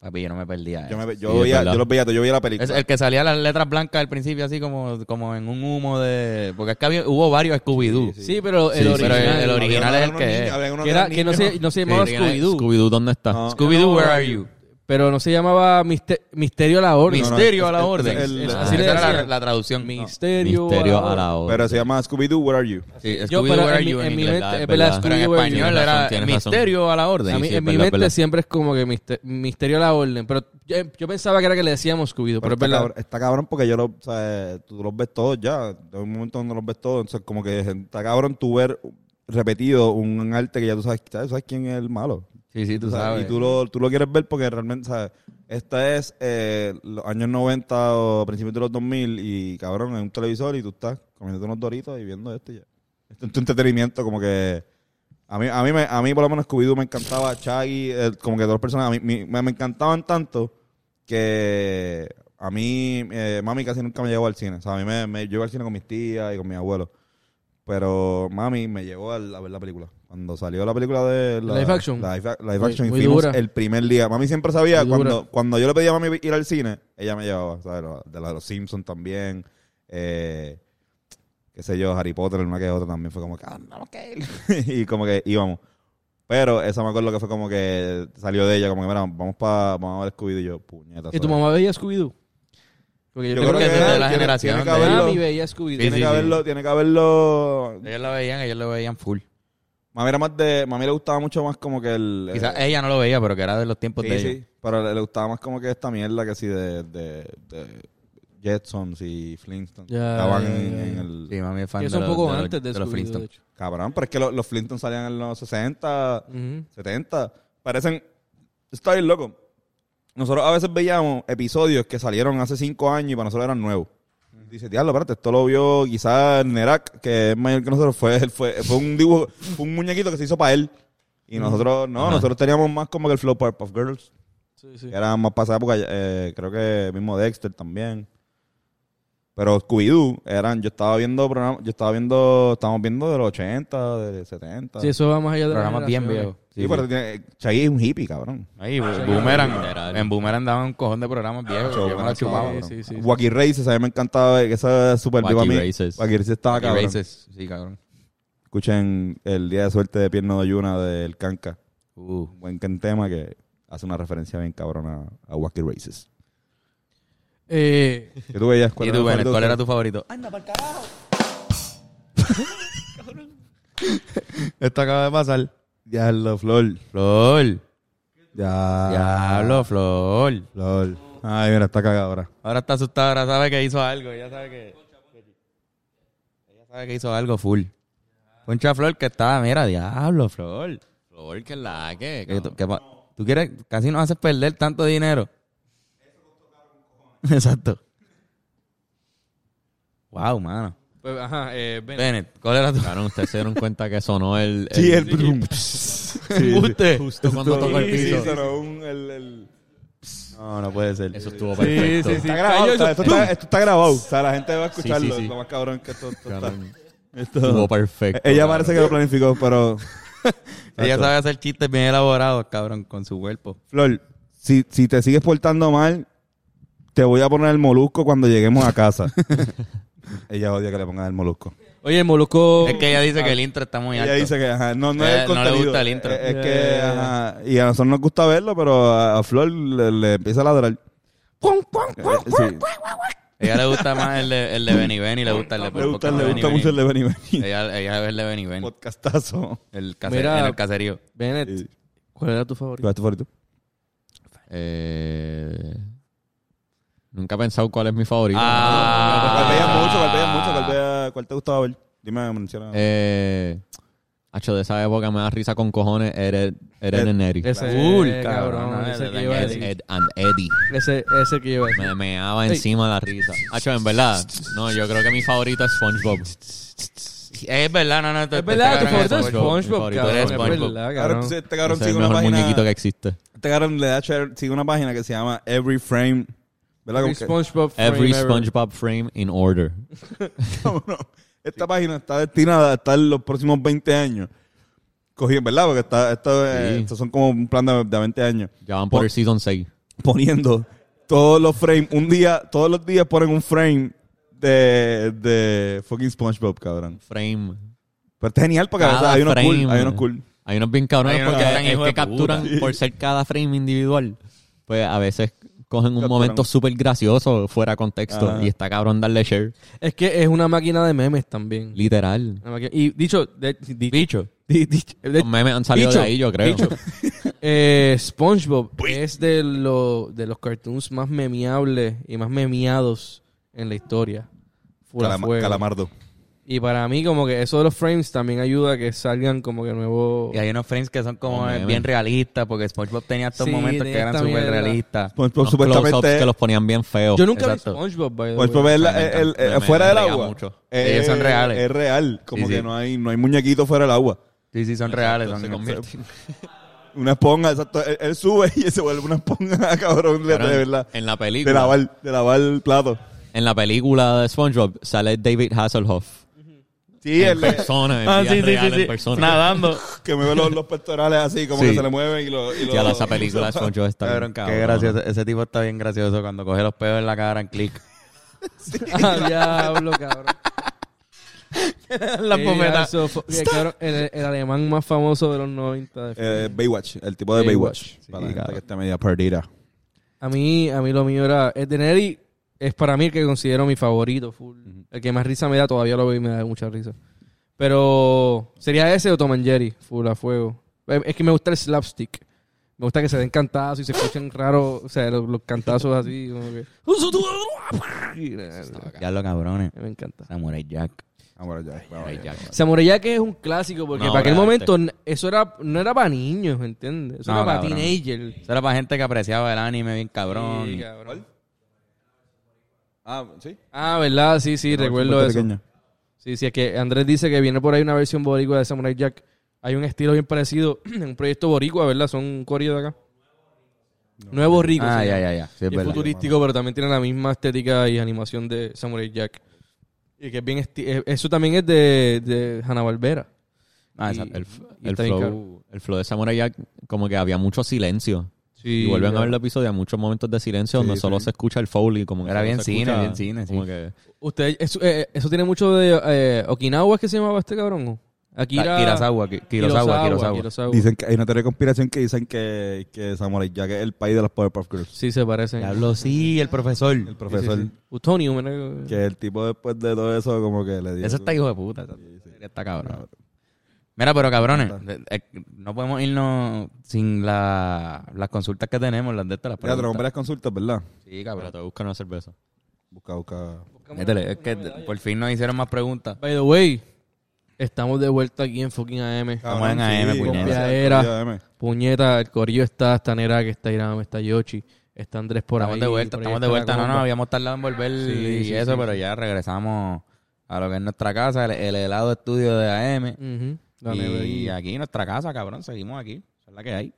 Papi, yo no me perdía.
Yo,
eso.
me- yo
Sí, es
veía,
verdad.
yo los veía, todos, yo veía la película.
Es el que salía las letras blancas al principio, así como, como en un humo de. Porque es que había- hubo varios Scooby-Doo.
Sí, pero el
Sí, sí,
pero
original.
el- el original es el
Habían
que
unos
es.
niños- habían unos
que, era-
niños.
que no, se, no se llamaba
Sí,
Scooby-Doo.
Scooby-Doo, ¿dónde está?
No.
Scooby-Doo, where are you?
Pero no se llamaba Mister- Misterio a la Orden.
no, no,
Misterio
es-
a la
es-
orden.
es- es-
Ah,
así le
esa era la,
decían.
la traducción.
Misterio,
Misterio a la hora.
Pero se llama Scooby-Doo, Where Are You?
Sí,
Yo,
Scooby-Doo, where
pero en,
are
mi-
you
en
en
mi
inglés.
mente,
verdad, es
eh, pero
verdad.
Pero en
Scooby-Doo era-
español
Tienes razón,
era
tienes razón.
Misterio a la orden.
A mí,
sí,
en mi
verdad,
mente
verdad.
siempre es como que mister- Misterio a la Orden. Pero yo, yo pensaba que era que le decíamos Scooby-Doo.
Pero
Pero, es
está,
verdad.
cabrón, está cabrón porque yo lo, o sea, tú los ves todos ya. De un momento donde los ves todos. Entonces, como que está cabrón tú ver repetido un arte que ya tú sabes, sabes, sabes quién es el malo.
Sí, sí, tú
O sea,
sabes.
Y tú lo, tú lo quieres ver porque realmente, ¿sabes? Esta es eh, los años 90 o principios de los 2000 y, cabrón, en un televisor y tú estás comiéndote unos doritos y viendo esto y ya. Esto es tu entretenimiento como que... A mí, a mí, me- a mí por lo menos Scooby-Doo me encantaba, Chaggy, eh, como que todas las personas a mí, mi- me, me encantaban tanto que a mí eh, mami casi nunca me llevó al cine. O sea, a mí me, me- yo iba al cine con mis tías y con mis abuelos. Pero mami me llevó al- a, ver la película. Cuando salió la película de... La,
Live action.
La live, live
Muy-
action. y
muy
fuimos
dura.
el primer día. Mami siempre sabía,
Muy dura.
cuando, cuando yo le pedía a mami ir al cine, ella me llevaba. ¿sabes? La- De la de los Simpsons también. Eh, qué sé yo, Harry Potter, una que otra también fue como que, "Ah, no, ok". y como que íbamos. Pero esa me acuerdo que fue como que salió de ella, como que, mira, vamos, pa, vamos a ver Scooby-Doo y yo, puñeta.
¿Y
¿sabes?
tu mamá veía Scooby-Doo? Porque yo,
Yo creo
tengo
que
es
que...
de la
tiene-
generación
tiene que
de-
haberlo-
Mami veía Scooby-Doo.
Tiene
sí,
que
sí.
haberlo, tiene que haberlo.
Ellos lo veían, ellos lo veían full.
Mami era más de, mami le gustaba mucho más como que el. eh,
Quizás ella no lo veía, pero que era de los
Pues
tiempos de
sí,
ellos.
sí, pero le, le gustaba más como que esta mierda que sí de, de, de Jetsons y Flintstones.
Ya,
Estaban
ya,
en,
ya,
en
ya.
el.
Sí, mami es fan
Que es
de
un
los-
poco
de los-
antes de
de los
Scooby-Doo, de
Flintstones.
hecho.
Cabrón, pero es que lo- los Flintstones salían en los 60,
Ujú.
70. Parecen. Está bien loco. Nosotros a veces veíamos episodios que salieron hace cinco años y para nosotros eran nuevos. Dice, diablo, espérate, esto lo vio quizás Nerak, que es mayor que nosotros. Fue, él fue, fue un dibujo, fue un muñequito que se hizo para él. Y nosotros, no,
Ajá.
nosotros teníamos más como que el flow Powerpuff Girls.
Sí, sí.
Que era más pasada porque eh, creo que mismo Dexter también. Pero Scooby-Doo eran, yo estaba viendo programas, yo estaba viendo, estábamos viendo de los 80, de 70.
Sí, eso va más allá de la
Programas bien
generación,
viejos.
Sí, pero tiene- Shaggy es un hippie, cabrón.
Ahí,
sí,
Boomerang.
literal.
En Boomerang daban un cojón de programas viejos. Yo me
Showman,
los chupaba.
cabrón.
sí, sí, sí.
Wacky Races, a mí me encantaba ver que esa super
Wacky
viva a mí.
Races.
Wacky Races estaba
Y
cabrón.
Races. Sí, Ah, cabrón.
Escuchen el día de suerte de Pierno de Yuna del Canca.
Uh.
Un buen can- tema que hace una referencia bien cabrona a Wacky Races.
Eh,
¿Qué tú veías?
¿Y tú, Bennett, cuál era tu favorito?
Esto acaba de pasar. Diablo, Flor.
Flor.
Ya.
Diablo, Ah. Flor.
Lol. Ay, mira, está cagada ahora.
Ahora está asustada, ahora sabe que hizo algo. Ella sabe que. Ella sabe que hizo algo full. Concha Flor que estaba, mira, diablo, Flor.
Flor, que la que.
Que tú- que pa- tú quieres, casi nos haces perder tanto dinero. Exacto. Wow, mano.
pues, ajá, eh, ven.
Bennett, ¿cuál era tu
Cabrón, ustedes se dieron cuenta que sonó el. el-
Sí, el brum. Sí, sí.
embuste?
Justo cuando tocó el
Sí, sí,
piso.
sonó un- el- el- No, no puede ser.
Eso estuvo
Sí,
perfecto.
sí, sí.
Está grabado,
Cayó
está-
eso.
esto, está, esto está grabado. O sea, la gente va a escucharlo.
sí.
Lo más cabrón que esto, esto está.
Cabrón,
Esto-
Estuvo perfecto.
Ella
cabrón.
parece que lo planificó, pero...
Ella
Exacto.
sabe hacer chistes bien elaborados, cabrón, con su cuerpo.
Flor, si, si te sigues portando mal, te voy a poner el molusco cuando lleguemos a casa. Ella odia que le pongan el molusco.
Oye, Molusco.
Es que ella dice que el intro está muy alto.
Ah. Ella dice que ajá, no, no es el
Eh, no le
contenido.
gusta el intro.
Eh, Es,
Ya,
que,
ya,
ajá, y a nosotros nos gusta verlo, pero a, a Flor le, le empieza a ladrar. Eh, sí.
Ella le gusta más el de, el de Benny Benny, le gusta el de
Le gusta,
podcast
le
de
gusta
Benny
mucho el
Benny.
de Benny Benny.
Ella, ella ve el de Benny Benny.
Podcastazo.
El caser-
Mira.
en el caserío.
Bennett,
Sí.
¿cuál era tu
¿Cuál
favorito?
es tu favorito?
Eh, Nunca he pensado cuál es mi favorito.
¿Cuál veías
Ah.
mucho? ¿Cuál veías mucho? ¿Cuál, veías- cuál te gustaba ver? Dime, menciona.
Eh, Hacho, de esa época me da risa con cojones. Eren Eren
Ed-
and Eddie.
Cool,
eh,
cabrón,
Ese
eh,
que iba a
Ed,
decir.
Ed and Eddie.
Ese, ese que iba a decir.
Me meaba encima la risa. Hacho, en verdad. No, yo creo que mi favorito es SpongeBob.
Es verdad, no, no.
Es verdad, tu favorito es
Este Mi
SpongeBob,
favorito
cabrón.
es
Es
SpongeBob.
Cabrón,
verdad, cabrón.
este
Ese
cabrón
es el
sigue una
mejor muñequito que
página.
existe.
Este cabrón le da share- sigue una página que se llama Every Frame. ¿Verdad?
Every
Como que-
SpongeBob frame
Every
ever.
SpongeBob frame in order.
Cabrón, Esta página está destinada a estar los próximos 20 años. Cogí, ¿verdad? Porque está, esto, eh,
Sí.
estos son como un plan de, de 20 años.
Ya van por el season 6.
Poniendo todos los frames. Un día, todos los días ponen un frame de, de fucking SpongeBob, cabrón.
Frame.
Pero está genial porque
Cada
o sea, hay unos cool.
frame.
Hay unos cool.
Hay unos bien cabrones
Hay unos
porque
que están
es
hijos de
que capturan
puta.
por ser cada frame individual. Pues a veces cogen un
Capturan.
momento súper gracioso fuera de contexto
Ajá.
y está cabrón darle share.
Es que es una máquina de memes también.
Literal.
Una máquina- Y dicho... de- di-
Bicho.
di- dicho- de-
Los memes han salido
Bicho,
de ahí, yo creo.
bicho. Eh, SpongeBob es de, lo- de los cartoons más memeables y más memeados en la historia. Full a
Calama-
fuego.
calamardo.
Y para mí, como que eso de los frames también ayuda a que salgan como que nuevos.
Y hay unos frames que son como eh,
Oh, meme.
bien realistas, porque SpongeBob tenía estos
Sí,
momentos que
tenía
eran
esta
súper
mierda.
realistas.
SpongeBob
Unos close-ups
supuestamente.
que los ponían bien feos.
Yo nunca
Exacto.
vi SpongeBob, by the way.
SpongeBob es la-
Me
el- el-
encanta, me-
fuera del
me pega
agua.
mucho.
Eh,
Ellos son reales.
Es real. Como
Sí,
que
sí.
no hay, no hay muñequito fuera del agua.
Sí, sí, son reales.
Exacto,
son-
se convierten.
Una esponja, exacto. Él, él sube y se vuelve una esponja, cabrón, de, de verdad.
En la
De
película.
lavar, de lavar el plato.
En la película de SpongeBob sale David Hasselhoff.
Sí,
en
el
persona, en vida real, en persona.
Nadando.
que me ve los, los pectorales así, como
Sí.
que se le mueven y lo. Y lo
Ya la esa película de SpongeBob está
Cabrón,
bien
qué
cabrón.
gracioso. Ese tipo está bien gracioso cuando coge los pedos en la cara en click.
Ah, diablo, cabrón.
Las
Eh,
pometas.
eso fue- eh, cabrón, el, el alemán más famoso de los 90.
Eh, Baywatch, el tipo de Baywatch.
Baywatch.
Para la gente que está media perdida.
A mí, a mí lo mío era. Ed Neri es para mí el que considero mi favorito. full. El que más risa me da, todavía lo veo y me da mucha risa. Pero sería ese o Tom and Jerry, full a fuego. Eh, Es que me gusta el slapstick. Me gusta que se den cantazos y se escuchen raros, o sea, los, los cantazos así, como que.
Ya lo cabrones.
eh, Me encanta.
Samurai Jack.
Vamos allá. vamos allá.
Samurai Jack es un clásico porque
Una
para
obra
aquel
de
momento n- eso era no era para niños, ¿entiendes? Eso
No,
era para
cabrón.
teenagers.
Eso era para gente que apreciaba el anime bien cabrón.
Sí, cabrón.
Ah, sí.
Ah, ¿verdad? Sí, sí, recuerdo eso.
Puertorriqueño.
Sí, sí, es que Andrés dice que viene por ahí una versión boricua de Samurai Jack. Hay un estilo bien parecido en un proyecto boricua, ¿verdad? Son un corillo de acá. No es borrico.
ah,
sí.
ya, ya, ya. Sí, es
Y es
verdad.
futurístico, pero también tiene la misma estética y animación de Samurai Jack. Y que es bien... esti- eh, Eso también es de, de Hanna-Barbera.
Ah,
Y-
exacto.
El,
Y
el
está bien
flow, el flow de Samurai Jack, como que había mucho silencio.
Sí,
y vuelven
ya.
a ver el episodio, hay muchos momentos de silencio
Sí,
donde solo
sí.
se escucha el Foley. Como que
Era
solo
bien
se
cine,
escucha
bien cine, sí.
Como que
Usted, eso, eh, eso tiene mucho de... eh, ¿Okinawa es que se llamaba este cabrón? Akira...
Kira- Kurosawa, Ki- Kurosawa, Kurosawa.
Dicen que hay una teoría de conspiración que dicen que, que Samurai Jack es el país de las Powerpuff Girls.
Sí, se parecen.
Diablo, sí, el profesor.
El profesor.
Utonium, ¿no?
Que el tipo después de todo eso, como que le dio.
Eso
su-
está hijo de puta. esa- Está cabrón.
Cabrón.
Mira, pero cabrones, eh, eh, no podemos irnos sin la- las consultas que tenemos, las de estas, las
Mira, te
preguntas.
compré las consultas, ¿verdad?
Sí,
Pero
cabrón.
te buscan una cerveza.
Busca, busca.
Métele, es que por fin nos hicieron más preguntas.
By the way, estamos de vuelta aquí en fucking AM.
Estamos
Ah,
en AM, puñeta.
Confiadera.
AM.
Puñeta, el corillo está, está Nerac, está Irán, está Yochi, está Andrés por
estamos
ahí.
de vuelta,
por ahí
estamos
está
de vuelta.
la
No, no,
compa.
habíamos tardado en volver
Sí,
y
sí,
eso,
sí,
pero ya regresamos a lo que es nuestra casa, el, el helado estudio de AM.
Ujú, la
Y
neverilla.
aquí nuestra casa, cabrón, seguimos aquí. Esa es la que hay.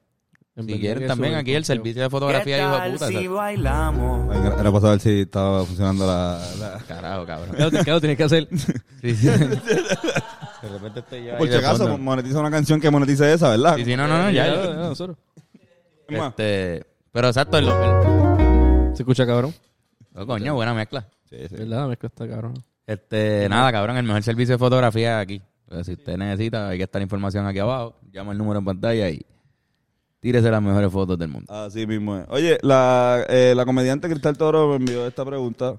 En
Si
verdad
quieren
que
también
eso-
aquí el servicio de fotografía,
¿Qué
hijo de
tal
puta.
si
ese-
bailamos?
Ay, Era para saber si estaba funcionando la. la-
Ah, Carajo, cabrón.
Claro, te- claro, tienes que hacer.
Sí, sí.
De repente estoy
ahí
Por si
de
acaso,
fondo.
monetiza una canción que monetice esa, ¿verdad?
Sí, sí, no, no, no, ya. ya.
nosotros.
Es más,
Este, pero exacto, el, el-
Se escucha cabrón.
oh, coño, buena mezcla.
sí, sí.
¿Verdad? La mezcla está cabrón.
Este, nada, cabrón, el mejor servicio de fotografía aquí. O sea, si usted necesita, hay que estar la información aquí abajo. Llama el número en pantalla y tírese las mejores fotos del mundo.
Así mismo es. Oye, la, eh, la comediante Cristal Toro me envió esta pregunta.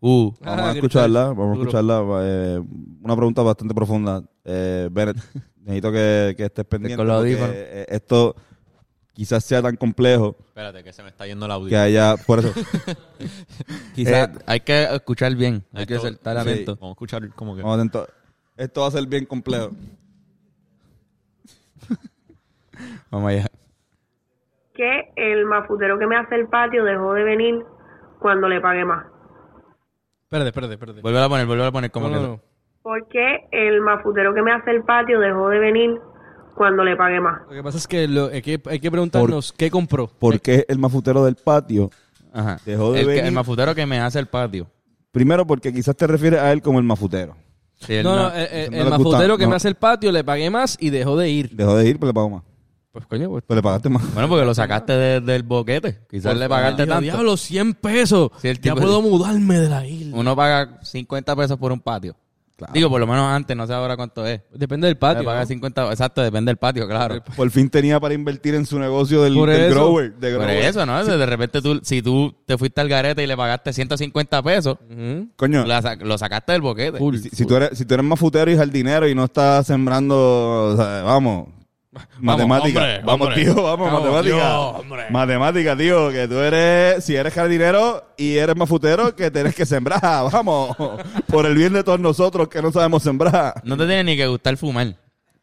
Uh,
Vamos
Ah,
a escucharla,
Cristal,
vamos a
duro.
escucharla. eh, una pregunta bastante profunda. Eh, Bennett, necesito que, que estés pendiente.
con los
porque,
audífonos.
eh, esto quizás sea tan complejo
Espérate, que se me está yendo el audio.
que haya. Por eso. quizás.
eh, hay que escuchar bien, hay
Esto-
que soltar
sí,
atento.
Vamos a escuchar como que.
Vamos atento. Esto va a ser bien complejo.
Vamos allá.
que el mafutero que me hace el patio dejó de venir cuando le pagué más.
Espérate, espérate, espérate.
Vuelve a poner, vuelve a poner como
No,
que.
no, no.
¿Por qué el mafutero que me hace el patio dejó de venir cuando le pagué más?
Lo que pasa es que, lo- hay, que hay que preguntarnos qué compró.
¿Por qué el mafutero del patio?
Ajá.
Dejó de
el, que-
venir.
el mafutero que me hace el patio.
Primero, porque quizás te refieres a él como el mafutero.
Sí, él
No,
no-
no, eh, eh,
no
el
le gusta,
mafutero que
no.
me hace el patio le pagué más y dejó de ir.
Dejó de ir, pero le pagó más.
Pues coño, pues.
Pero le pagaste más.
Bueno, porque lo sacaste de- del boquete. Quizás le pagaste
Dijo,
tanto.
Diablo, 100 pesos.
Sí, el
ya
tipo-
puedo mudarme de la isla.
Uno paga 50 pesos por un patio.
Claro.
Digo, por lo menos antes, no sé ahora cuánto es.
Depende del
Patio,
patio.
paga
¿no?
50, exacto, depende del patio, claro.
Por fin tenía para invertir en su negocio del,
Por
del
eso.
grower. de
Por
grower.
eso, ¿no? De repente tú, si tú te fuiste al garete y le pagaste 150 pesos,
Ujú.
Coño,
la sa- lo sacaste del boquete.
Full.
si, si tú eres, si tú eres mafutero y jardinero y no estás sembrando, o sea, vamos. Matemática.
hombre,
vamos,
hombre.
tío, vamos,
Vamos,
matemática.
tío, hombre.
matemática, tío, que tú eres, si eres jardinero y eres mafutero, que tienes que sembrar, vamos. Por el bien de todos nosotros que no sabemos sembrar.
No te tiene ni que gustar fumar.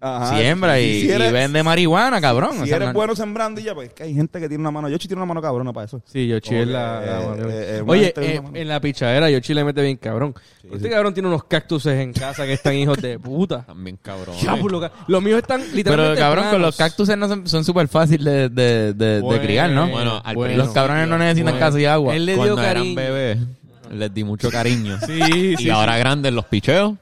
Ajá.
Siembra y,
si eres-
y vende marihuana, cabrón. O
Si
sea,
eres
no-
bueno sembrando y ya, pues que hay gente que tiene una mano. Yo tiene una mano cabrona para eso.
Sí, Yochi es
Como
la,
que,
la
eh,
mano.
eh, eh, una
Oye,
gente de
eh,
una mano.
en la pichadera Yochi le mete bien cabrón. este cabrón tiene unos cactuses en casa que están hijos de puta.
También cabrón.
Diablo, ca- los míos están
Pero
literalmente
cabrón, con los
planos.
cactuses no son son súper fáciles de, de- de- de criar, ¿no?
Bueno, al
Bueno.
los cabrones no necesitan
Bueno.
casi agua.
Él le dio
Cuando eran
cariño.
bebés, les di mucho cariño.
Sí,
y
sí.
ahora grandes los picheos.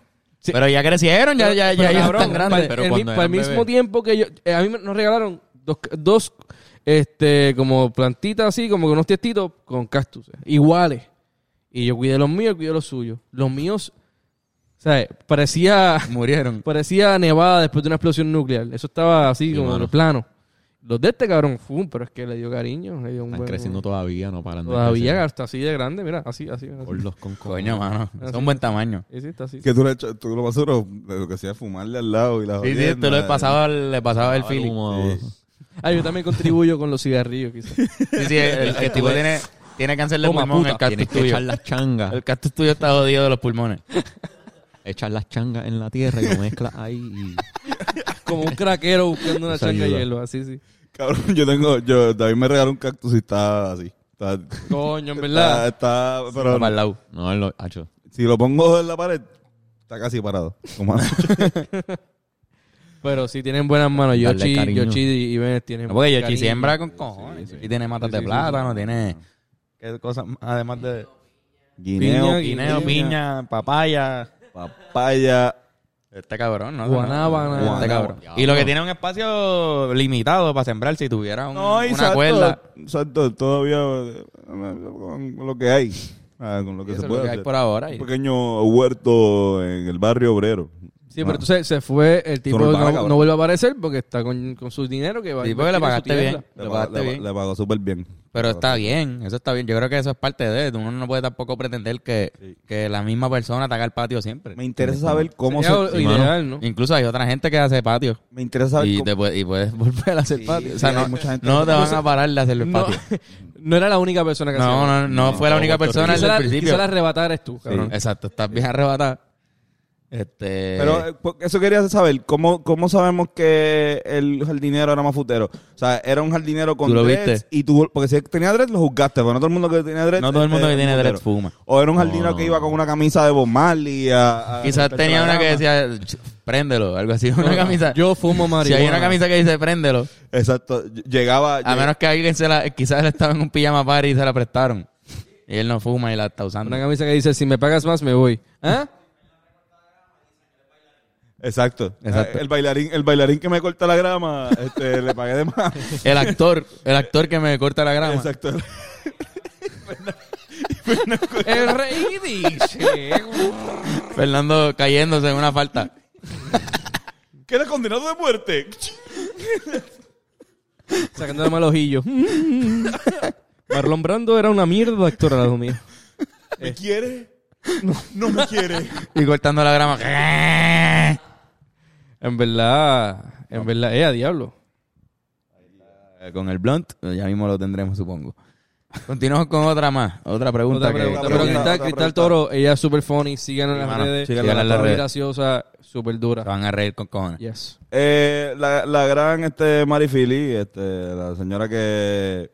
Sí. Pero ya crecieron, ya, ya, ya,
Pero,
ya
cabrón,
están grandes.
para-
Pero
el mi-
cuando
para el
eran
mismo
bebés.
tiempo que yo... eh, a mí me- nos regalaron dos, dos este, como plantitas así, como que unos tiestitos con cactuses. Iguales. Y yo cuidé los míos y cuidé los suyos. Los míos... O sea, parecía...
Murieron.
Parecía nevada después de una explosión nuclear. Eso estaba así
Sí,
como
mano.
de plano. Los de este cabrón, fum, pero es que le dio cariño. Le dio un
Están
buen-
creciendo todavía, no paran de
Todavía
crecer.
hasta así de grande, mira, así, así. mira, así.
Por los con
Coño, mano.
Así
Son buen tamaño.
Sí, sí, está así.
Que tú, le echas- tú lo más seguro, lo que sea, fumarle al lado y la
Sí, sí,
jodienda.
esto lo he pasado, al- le pasaba el feeling.
Como-
Ah, yo también contribuyo con los cigarrillos, quizás.
Sí, sí, el, el tipo tiene, tiene cáncer de
Toma,
pulmón,
puta.
el cactus
Tienes que
tuyo.
echar las changas.
El cactus tuyo está jodido de los pulmones.
Echar las changas en la tierra y lo mezclas ahí. y-
Como un craquero buscando una
Esa
chanca de
ayuda.
hielo, así, sí.
Cabrón, yo tengo, yo, David me regaló un cactus y está así. Está,
Coño, en
está,
Ah.
verdad.
está- pero
Para el lado.
No, lo, hacho.
si lo pongo en la pared, está casi parado. Como anoche.
Pero sí tienen buenas manos.
Darle
Yochi,
cariño.
Yochi y Bennett tienen
No, porque Yoshi
cariño.
siembra con cojones. Y tiene matas
Sí,
de
sí, sí,
plátano, tiene... ¿Qué cosas? más? Además de
Guineo,
guineo, piña, papaya.
papaya.
Este cabrón, ¿no?
Guanábana.
Este cabrón. Y lo que tiene es un espacio limitado para sembrar si tuviera un-
No, y
una
exacto,
cuerda.
exacto, todavía eh, con con lo que hay. Ah, con lo que
Eso
se
es
puede
lo que hay
hacer.
por ahora.
Un
y-
pequeño huerto en el barrio obrero. Ah.
Sí,
Ah.
pero entonces se fue, el tipo
Urbana,
no,
cabrón.
no vuelve a aparecer porque está con, con su dinero que va a
Sí, porque le
invertir en su
pagaste
tienda.
bien. Le pagaste
le-
bien.
le pagó súper bien.
Pero está bien, eso está bien. Yo creo que eso es parte de uno no puede tampoco pretender que, que la misma persona te haga el patio siempre.
Me interesa saber cómo
Sería
se...
o- ideal, ¿no?
Incluso hay otra gente que hace patio
Me interesa saber
y,
cómo...
te puede- y puedes volver a hacer
Sí,
patio. O sea,
sí, hay
no,
mucha gente
no
que-
te van a parar de hacer el
No,
patio.
no era la única persona que hacía.
No, no, no fue la única persona
Quizá
desde
la,
el
quizá
principio.
la arrebataras tú, cabrón.
Exacto, estás bien arrebatada. Este,
Pero eh, po- eso quería saber, ¿cómo, ¿cómo sabemos que el jardinero era mafutero? O sea, era un jardinero con
¿Tú lo
dreads
viste?
y tú, porque si tenía dreads lo juzgaste, pero no todo el mundo que tenía dreads.
No todo el mundo
este,
que tiene
mafutero.
dreads fuma.
O era un jardinero que iba con una camisa de Bob Marley a- a-
quizás
a-
tenía
a-
una que decía, "Ch- préndelo, algo así. Una camisa.
Yo fumo
si
marihuana.
hay una camisa que dice, préndelo.
Exacto, ll- llegaba...
A
lleg-
menos que alguien se la... Quizás él estaba en un pijama party y se la prestaron. Y él no fuma y la está usando.
Una camisa que dice, si me pagas más, me voy. ¿Ah?
Exacto.
Exacto.
Ah, El bailarín, el bailarín que me corta la grama, este, le pagué de más.
El actor, el actor que me corta la grama.
Exacto.
El rey dice...
Fernando cayéndose en una falta.
Que era condenado de muerte.
Sacándole mal ojillo. Marlon Brando era una mierda actor, lado mío.
¿Me quiere? No, no me quiere.
Y cortando la grama.
En verdad, en verdad, eh, a diablo.
Eh, Con el blunt, ya mismo lo tendremos, supongo. Continuamos con otra más. Otra pregunta.
Otra
que-
pregunta,
otra
pero
pregunta,
Cristal,
otra
Cristal
pregunta.
Toro, ella es súper funny, síganla
Sí,
en las
mano,
redes.
síganla en las
Está muy
redes.
graciosa, súper
Se
dura.
van a reír con cojones.
Yes.
Eh, la, la gran este, Mari Fili, este, la señora que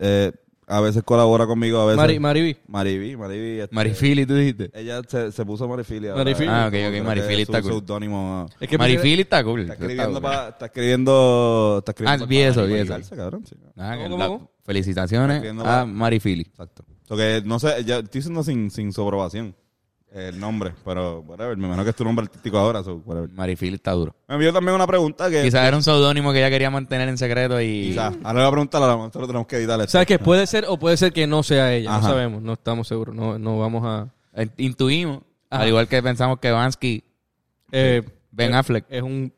eh, a veces colabora conmigo, a veces.
Mari, Mariby.
Mariví, Mariví, este,
Marifili, tú dijiste.
Ella se, se puso Marifili. ahora.
Marifili.
Ah, ok, ok,
Creo que
Marifili
es
está
un
cool.
seudónimo.
Es que
Marifili está cool.
Está
Está
escribiendo
cool.
para. Está escribiendo. Está escribiendo
Ah, vi eso,
para
vi eso.
comunicarse, cabrón, sí.
Ah, que
¿Cómo,
la-
cómo?
felicitaciones
Escribiendo
a
para-
Marifili.
Exacto. So que, no sé, ya estoy diciendo sin, sin sobrevación el nombre, pero whatever, me imagino que es tu nombre artístico ahora, so whatever.
Marifili está duro.
Me envió también una pregunta que
Quizás era un seudónimo que ella quería mantener en secreto y...
Eh, quizás, ahora la pregunta la nosotros tenemos que editar este,
O
esto.
sea, que puede ser o puede ser que no sea ella.
Ajá.
No sabemos, no estamos seguros. No, no vamos a...
Eh, Intuimos,
Ajá.
al igual que pensamos que Vansky,
eh,
Ben Affleck...
es un...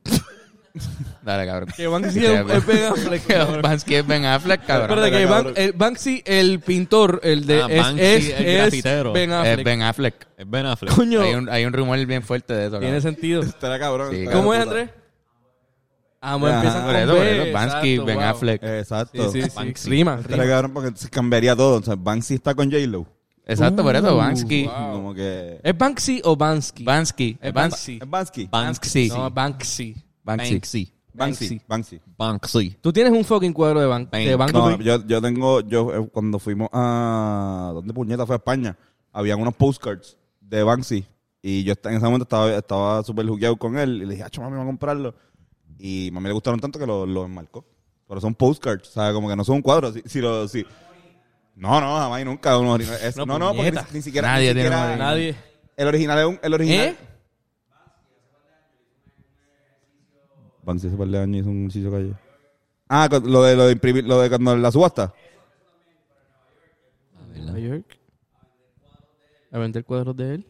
Dale, cabrón.
Que Banksy es, es Ben Affleck,
Que
cabrón.
Vansky es Ben Affleck, cabrón.
Espérate, que
cabrón.
Ban- el Banksy, el pintor, el de...
Ah,
es,
Banksy,
es,
el
es
grafitero.
Ben Affleck.
Es Ben Affleck.
Es Ben Affleck.
Coño,
Hay un, hay un rumor bien fuerte de eso.
tiene
cabrón.
sentido.
Estará cabrón.
Sí,
estará
¿Cómo
de
es,
puta.
Andrés? Ah,
Ajá.
bueno, empiezan
Por
con
eso, por
B,
eso. Bansky,
exacto,
Ben
wow. Eh,
Affleck.
Exacto.
Sí, sí, sí.
Banksy.
Rima,
Estará
rima.
cabrón porque se cambiaría todo. O sea, Banksy está con J-Lo.
Exacto, por
uh,
eso. Vansky.
Como que.
¿Es Banksy o Bansky?
Vansky.
Es
Vansky.
Banksy.
¿Es Banksy?
Banksy.
No, Banksy.
Banksy.
Banksy. Banksy.
Banksy.
Tú tienes un fucking cuadro de, Ban de Banksy.
No, yo, yo tengo, yo eh, cuando fuimos a, ¿dónde puñeta fue a España? Habían unos postcards de Banksy y yo est- en ese momento estaba estaba súper jugueado con él y le dije, ah, mami, voy a comprarlo. Y mami le gustaron tanto que lo, lo enmarcó. Pero son postcards, o sea, como que no son un cuadro. Si, si lo, si... No, no, jamás y nunca. uno orina- es-
No,
no, no, porque ni,
puñeta.
ni siquiera...
Nadie
ni
tiene
siquiera-
una-
Nadie.
El original es un... El original...
¿Eh?
Banksy hace par de años hizo un sitio calle. Ah, con- lo de, lo de imprimir, lo de cuando la subasta.
Nueva York. A vender cuadros de él.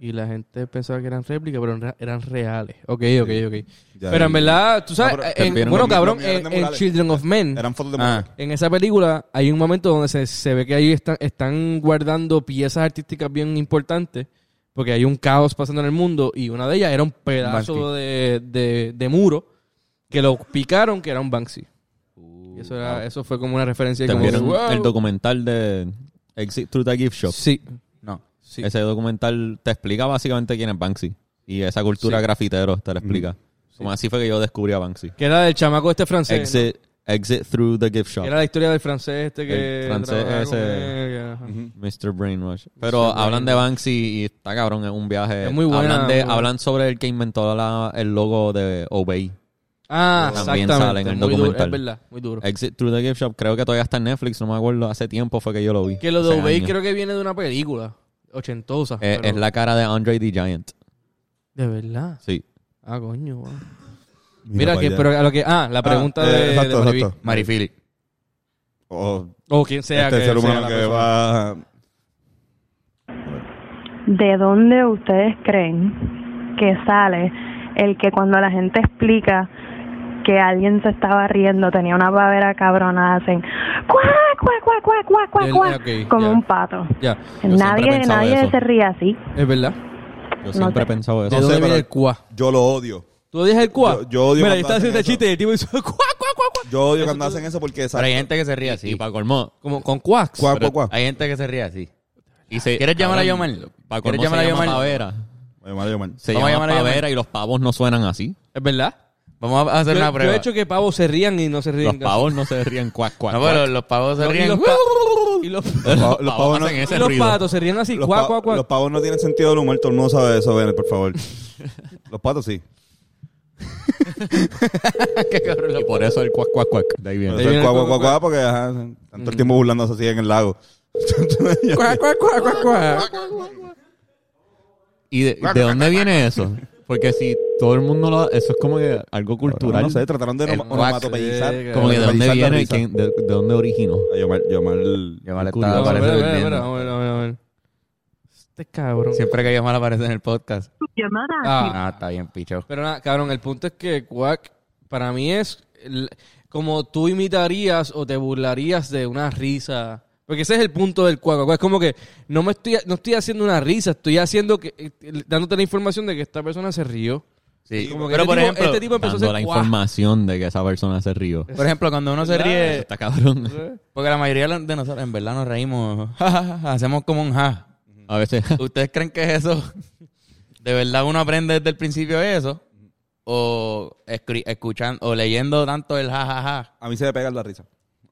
Y la gente pensaba que eran réplicas, pero eran- eran reales. Ok, ok, ok.
Ya,
pero en
y-
verdad, tú sabes,
No, pero
en-
te enviaron
bueno,
los- los
cabrón,
millones
en,
de
en
murales.
Children of Men,
Eran fotos de
Ah.
mujeres.
en esa película, hay un momento donde se, se ve que ahí están, están guardando piezas artísticas bien importantes, porque hay un caos pasando en el mundo, y una de ellas era un pedazo
Banksy.
de, de- de muro que lo picaron que era un Banksy.
Uh,
Y eso, era, eso fue como una referencia.
¿Te
como que,
vieron
wow.
el documental de Exit Through the Gift Shop?
Sí.
No.
sí.
Ese documental te explica básicamente quién es Banksy. Y esa cultura grafitero
Mm.
te lo explica. Como así fue que yo descubrí a Banksy.
Que era del chamaco este francés. ¿no?
Exit, exit Through the Gift Shop.
Que era la historia del francés este que.
El francés
trabajaba con
ese.
él, que, ajá.
Mr. Brainwash. Pero hablan de Banksy y está cabrón, es un viaje.
Es muy buena,
Hablan, de,
muy buena.
hablan sobre el que inventó la- el logo de Obey.
Ah,
También
exactamente.
sale en el
muy duro,
documental. Eh,
es verdad, muy duro.
Exit Through the Gift Shop, creo que todavía está en Netflix, no me acuerdo. Hace tiempo fue que yo lo vi.
Que lo
hace
de Obey
años.
creo que viene de una película ochentosa.
Eh,
pero-
Es la cara de Andre the Giant.
De verdad.
Sí.
Ah, coño. wow. Mira,
pa'
que,
allá.
pero a lo que. Ah, la pregunta
Ah, eh,
de. de
exacto,
Mariví.
exacto.
Marifili.
O
O quien sea
este
que.
ser
sea
humano
la
que
persona.
va
¿De dónde ustedes creen que sale el que cuando la gente explica que alguien se estaba riendo, tenía una pavera cabrona, hacen cuá, cuá, cuá, cuá, cuá, cuá,
El-
cuá,
ok,
como
ya.
un pato.
Ya,
Yo siempre he
Nadie,
pensado
nadie
eso.
se ríe así.
es verdad.
Yo siempre he pensado
¿De
eso.
sé,
dónde viene
pero-
el cuá?
Yo lo odio.
¿Tú odias el cuá?
Yo- yo odio
Mira,
cuando
ahí está
hacen
haciendo
eso.
chiste y el tipo dice cuá, cuá, cuá, cuá.
Yo odio cuando hacen eso porque
Pero hay
sale.
gente que se ríe así.
Y para colmo,
Como con cuacs.
Cuá, cuá, cuá.
Hay gente que se ríe así.
Y se-
¿Quieres llamar a
cabrón,
Yomar?
Pa' colmo
¿Quieres
se
llamar a
llama
Yomar?
Pavera.
Oye, Mario, man.
Se
Vamos a
llama
llamar a Yomar.
Pavera y los pavos no suenan así.
Es verdad.
Vamos a hacer
Yo,
una
yo
prueba.
he hecho que pavos se rían y no se
Los
ríen. casi.
pavos no se ríen cuac, cuac,
No,
cuac.
pero los pavos se
No,
ríen.
Y los, pa- y los-
Los
Los
pavos,
pavos no-
hacen ese
y los
ruido.
patos se ríen así.
Los,
cuá,
pa-
cuá, cuá.
los pavos no tienen sentido del humor, todo el mundo sabe eso, ven, por favor. los patos
Este
sí.
Qué cabrón, los
Y por eso el cuac, cuac, cuac. De ahí
Pero eso
viene.
es
viene el
cuá, cuá, cuá,
cuá, cuá.
cuá,
Mm.
porque ajá, tanto el tiempo burlándose así en el lago. Yo-
Cuá, cuá, cuá, cuá, cuá.
¿Y de, de dónde viene eso? Porque si todo el mundo lo... Eso es como que algo cultural.
No sé, trataron de
El
onom-
cuac,
onomatopeyizar.
sí,
como que de dónde
Onomatopeyizar la
viene,
risa.
quién- de, de dónde originó.
Ah, Yo mal, yo mal.
Yomar estaba
Curioso.
Vamos,
parece
espera, espera,
durmiendo.
espera, vamos a ver, vamos a ver, vamos a ver. Este cabrón.
Siempre que Yomar aparece en el podcast.
Ah.
Ah, está bien, picho.
Pero nada, cabrón, el punto es que Quack para mí es el- como tú imitarías o te burlarías de una risa. Porque ese es el punto del Quack. Es como que no me estoy, no estoy haciendo una risa, estoy haciendo que, eh, dándote la información de que esta persona se rió.
Sí.
Como que
Pero
este
por
tipo-
ejemplo,
este tipo empezó a
Dando la
hacer Eh, cuac.
información de que esa persona se rió.
por ejemplo, cuando uno se
Eso
ríe,
está cabrón.
eh.
porque la mayoría de nosotros en verdad nos reímos, ja, ja, ja, hacemos como un ja.
A veces...
¿Ustedes creen que es eso? ¿De verdad uno aprende desde el principio eso? ¿O escri- escuchan- o leyendo tanto el jajaja?
A mí se me pega la risa.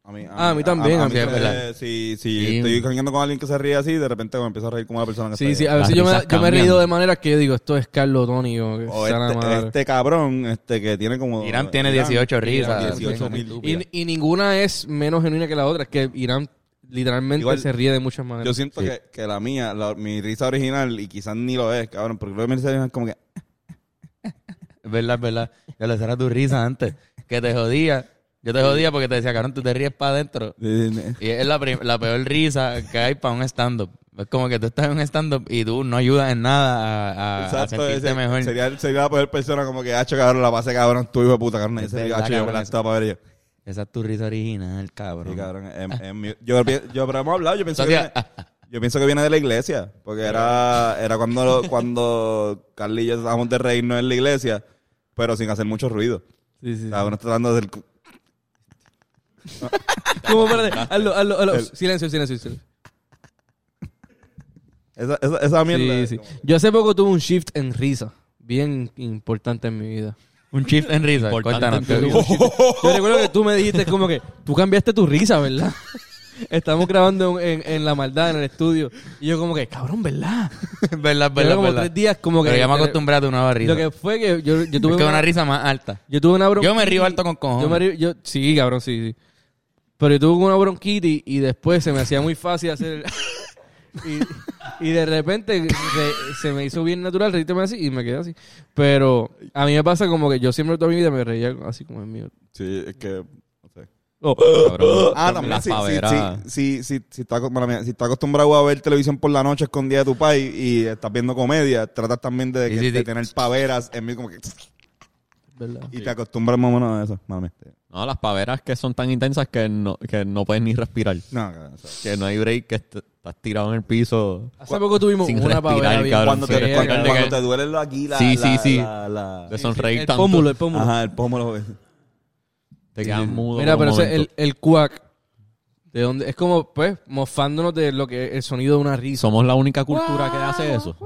A mí,
Ah, a mí también, a mí
eh,
también.
si si
Sí.
estoy caminando con alguien que se ríe así, de repente me empiezo a reír como la persona que
Sí,
está
sí,
ahí.
a veces
Las
yo me,
risas
yo me he
cambian.
reído de manera que digo, esto es Carlos Tony o
ah,
que
O
sana madre.
este, este cabrón, este que tiene como...
Irán tiene 18 risas.
18
Son
mil.
estúpidas.
Y, y ninguna es menos genuina que la otra. Es que Irán literalmente
Igual,
se ríe de muchas
Yo
maneras.
siento que, que la mía, la- mi risa original, y quizás ni lo es, cabrón, porque luego mi risa original es como que...
Es verdad, es verdad. Ya lo era tu risa antes. Que te jodía. Yo te jodía porque te decía, cabrón, tú te ríes para adentro. Y es la, prim- la peor risa que hay para un stand-up. Es como que tú estás en un stand-up y tú no ayudas en nada a- a, a
Exacto,
sentirte
ese-
Ah, mejor.
Sería, sería la peor persona como que, hacho, cabrón, la pasé, cabrón, tu hijo de puta, cabrón.
Es
Ese
verdad,
hacho, yo me
cabrón,
la
eso.
estaba para ver yo.
Esa es tu risa original, cabrón.
Sí, cabrón, em- em, yo, yo, yo- pero hemos hablado, yo pienso, que
Entonces,
viene, yo pienso que viene de la iglesia, porque era, era cuando, cuando Carly y yo estábamos de reírnos en la iglesia, pero sin hacer mucho ruido.
Sí, sí, sí.
Estábamos tratando de hacer... cu-
¿Cómo? Espérate, hazlo, hazlo, hazlo. Silencio, silencio, silencio.
Esa, esa, esa mierda.
Sí,
es
sí.
como-
Yo hace poco tuve un shift en risa. Bien importante en mi vida.
un shift en risa.
Importante
Cuéntanos.
en tu
¿qué-
vida.
Yo recuerdo que tú me dijiste como que tú cambiaste tu risa, ¿verdad? Estamos grabando en, en- en La Maldad, en el estudio. Y yo como que, cabrón, ¿verdad?
Es verdad, es
Pero
verdad,
como
es verdad.
tres días como que... eh,
Pero ya me acostumbré a tu nueva risa.
Lo que fue que yo, yo
Es que
tuve
es una risa más alta.
Yo tuve una bronquitis.
Yo me río alto con cojones.
Yo me río- yo- sí, cabrón, sí, sí. Pero yo tuve una bronquitis y después se me hacía muy fácil hacer... y, y de repente re- se me hizo bien natural reírme así y me quedé así. Pero a mí me pasa como que yo siempre toda mi vida me reía así como en mío.
Sí, es que... no sé.
Cabrón.
Ah, también.
Las
Si, si,
paveradas.
si, si, si, si está, mala mía, si está acostumbrado a ver televisión por la noche escondida de tu país y estás viendo comedia, tratas también de,
Sí,
que-
sí,
de
sí.
tener paveras en mí como que...
¿Verdad?
Y te acostumbras más o menos a eso. Mala mía.
No, las paveras que son tan intensas que no, que no puedes ni respirar.
No, cabrón, o sea,
Que no hay break, que est- estás tirado en el piso.
Hace poco tuvimos
Sin
una
respirar,
pavera bien
cabrón,
cuando
cuando
te,
fea,
cuando,
cabrón.
cuando te duele la- aquí la...
Sí, sí,
la-
sí.
la- la-
De sonreír
el
tanto.
pómulo, el pómulo.
Ajá, el pómulo.
Te quedas mudo.
Mira,
por
pero
un
ese, el,
momento.
el cuac de donde es como pues mofándonos de lo que es el sonido de una risa.
Somos la única cultura que hace eso.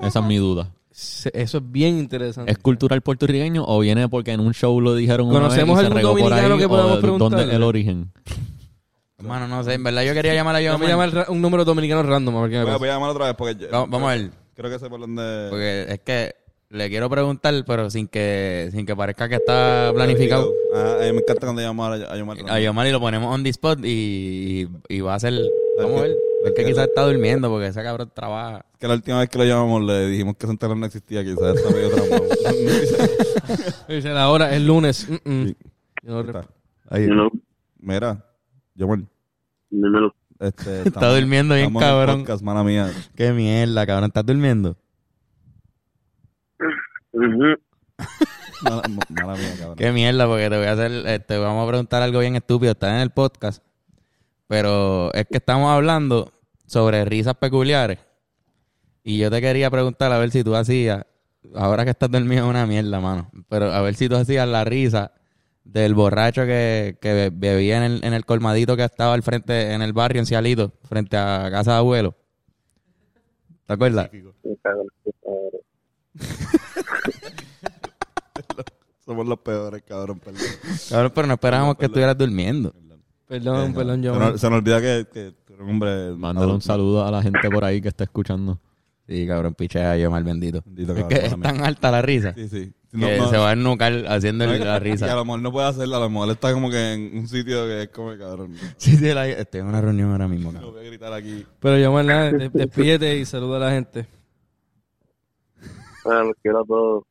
Esa es mi duda.
Se- Eso es bien interesante.
¿Es cultural puertorriqueño o viene porque en un show lo dijeron una vez y
¿Conocemos
se
algún
regó por
dominicano
ahí,
que
o
podamos
de- ¿Dónde es
preguntarle?
el origen?
Hermano, no sé. En verdad, yo quería llamar a yo.
Yo me llama el ra- un número dominicano random a ver qué me
Voy a,
pasa.
voy a llamar otra vez porque... yo-
Vamos a ver.
Creo que sé por dónde...
Porque es que le quiero preguntar, pero sin que sin que parezca que está planificado.
Ajá, eh, me encanta cuando llamar a, a Yomar.
A Yomar y lo ponemos on the spot y, y, y va a ser. Vamos a ver. Es que
Ok.
quizás está durmiendo porque ese cabrón trabaja.
Que la última vez que lo llamamos le dijimos que Santa Claus no existía, quizás esta medio trampa.
Dice la hora, es lunes. Mm, mm.
Sí.
Yo no resp-
Ahí.
Hello,
Mira, Yomar.
dímelo.
Este,
Está durmiendo bien,
estamos en
cabrón.
podcast, mala mía.
Qué mierda, cabrón. ¿Estás durmiendo?
Ujú.
Mala, ma- mala mía, cabrón.
Qué mierda, porque te voy a hacer. eh, Te vamos a preguntar algo bien estúpido. Está en el podcast. Pero es que estamos hablando sobre risas peculiares. Y yo te quería preguntar a ver si tú hacías. Ahora que estás dormido es una mierda, mano. Pero a ver si tú hacías la risa del borracho que, que be- bebía en el, en el colmadito que estaba al frente, en el barrio, en Cialito, frente a casa de abuelo. ¿Te acuerdas?
Me cago en la puta madre.
Somos los peores, cabrón, perdón.
Cabrón, pero no esperábamos que estuvieras durmiendo.
Perdón,
Eh,
perdón, yo.
se, nos, se nos olvida que, que tú eres un hombre.
Mándale un saludo a la gente por ahí que está escuchando.
Sí, cabrón, pichea yo mal bendito.
Bendito,
es
cabrón,
que
mala
es
mía.
tan alta la risa.
Sí, sí.
que se va a ennucar haciendo el- la
Y a
risa.
lo mejor no puede hacerla, a lo mejor está como que en un sitio que es como cabrón.
Sí, sí, la- estoy en una reunión ahora mismo,
No
cabrón.
voy a gritar aquí.
Pero yo más nada, des- despídete y saluda a la gente.
Bueno, Ah, los quiero a todos.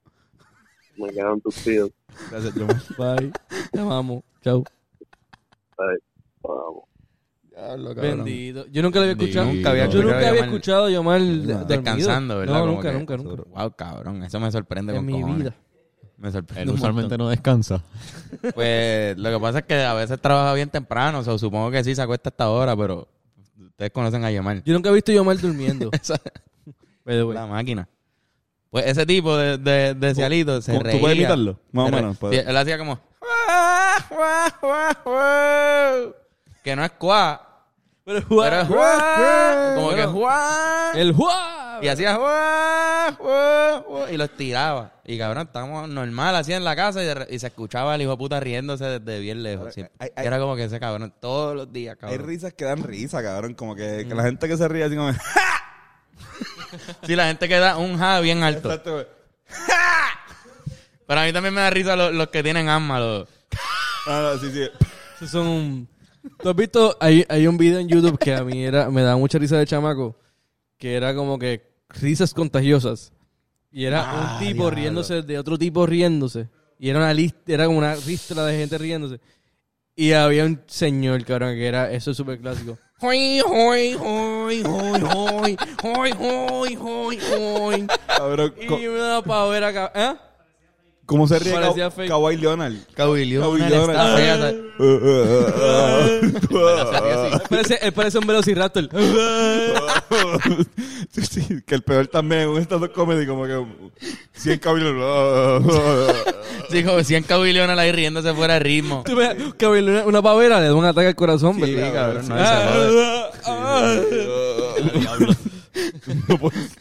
Me quedan tus tíos.
Gracias, Yomar.
Bye. Te amamos. Chau.
Ay, vamos.
Bendito. Yo nunca lo había
Bendito.
escuchado.
Nunca había
yo nunca
escuchado
había
llamar-
escuchado llamar dormido.
Descansando, ¿verdad?
No,
Como
nunca,
que-
nunca, nunca.
Wow, cabrón, eso me sorprende
En
con
mi
cojones.
vida.
Me sorprende.
Él
un
usualmente
montón.
no descansa.
Pues lo que pasa es que a veces trabaja bien temprano, o sea, supongo que sí se acuesta hasta ahora, pero ustedes conocen a Yomar.
Yo nunca he visto llamar durmiendo.
Esa es
By the way.
la máquina. Pues ese tipo de, de, de Cialito se
¿Tú
reía.
puedes imitarlo? Más o
Se re-
menos, pues.
Sí,
puedes.
él hacía como... Que no es cuá,
Pero,
pero es guá. Como que
Bueno,
guá.
El ¡juá!
Y hacía "Guau, guau, guau", y los tiraba. Y cabrón, estábamos normal así en la casa y, de re- y se escuchaba el hijo de puta riéndose desde bien lejos. siempre.
ay, ay.
Y era como que ese cabrón todos los días,
Hay
cabrón. Mm.
risas que dan risa, cabrón. Como que, que la gente que se ríe así como...
Sí, la gente que da un ja bien alto.
Exacto, güey.
Pero a mí también me da risa los, los que tienen asma. Los...
No, Ah, no, sí, sí.
Esos Son... ¿Tú has visto? Hay, hay un video en YouTube que a mí era, me da mucha risa de chamaco, que era como que risas contagiosas. Y era
Ah,
un tipo riéndose de otro tipo riéndose. Y era una lista, era como una ristra de gente riéndose. Y había un señor, cabrón, que era, eso es súper clásico.
Hoy, hoy, hoy, hoy, hoy, hoy, hoy, hoy, hoy.
Cabrón,
Y
co-
me da pa' ver acá. ¿Eh?
¿cómo se ríe
Parecía
Ka-
fake.
Kawhi Leonard? Kawhi
Cabrillón.
Leonard.
está fea, está-
Eh, eh, eh, eh.
Él parece, él parece un velociraptor.
Sí, sí, que el peor también es un stand-up comedy, como que 100 caballos.
Sí, como 100 cabillones ahí riéndose fuera de ritmo.
Tú ves que una, una pavera le da un ataque al corazón,
Sí,
¿verdad?
cabrón,
no, esa
No puedes-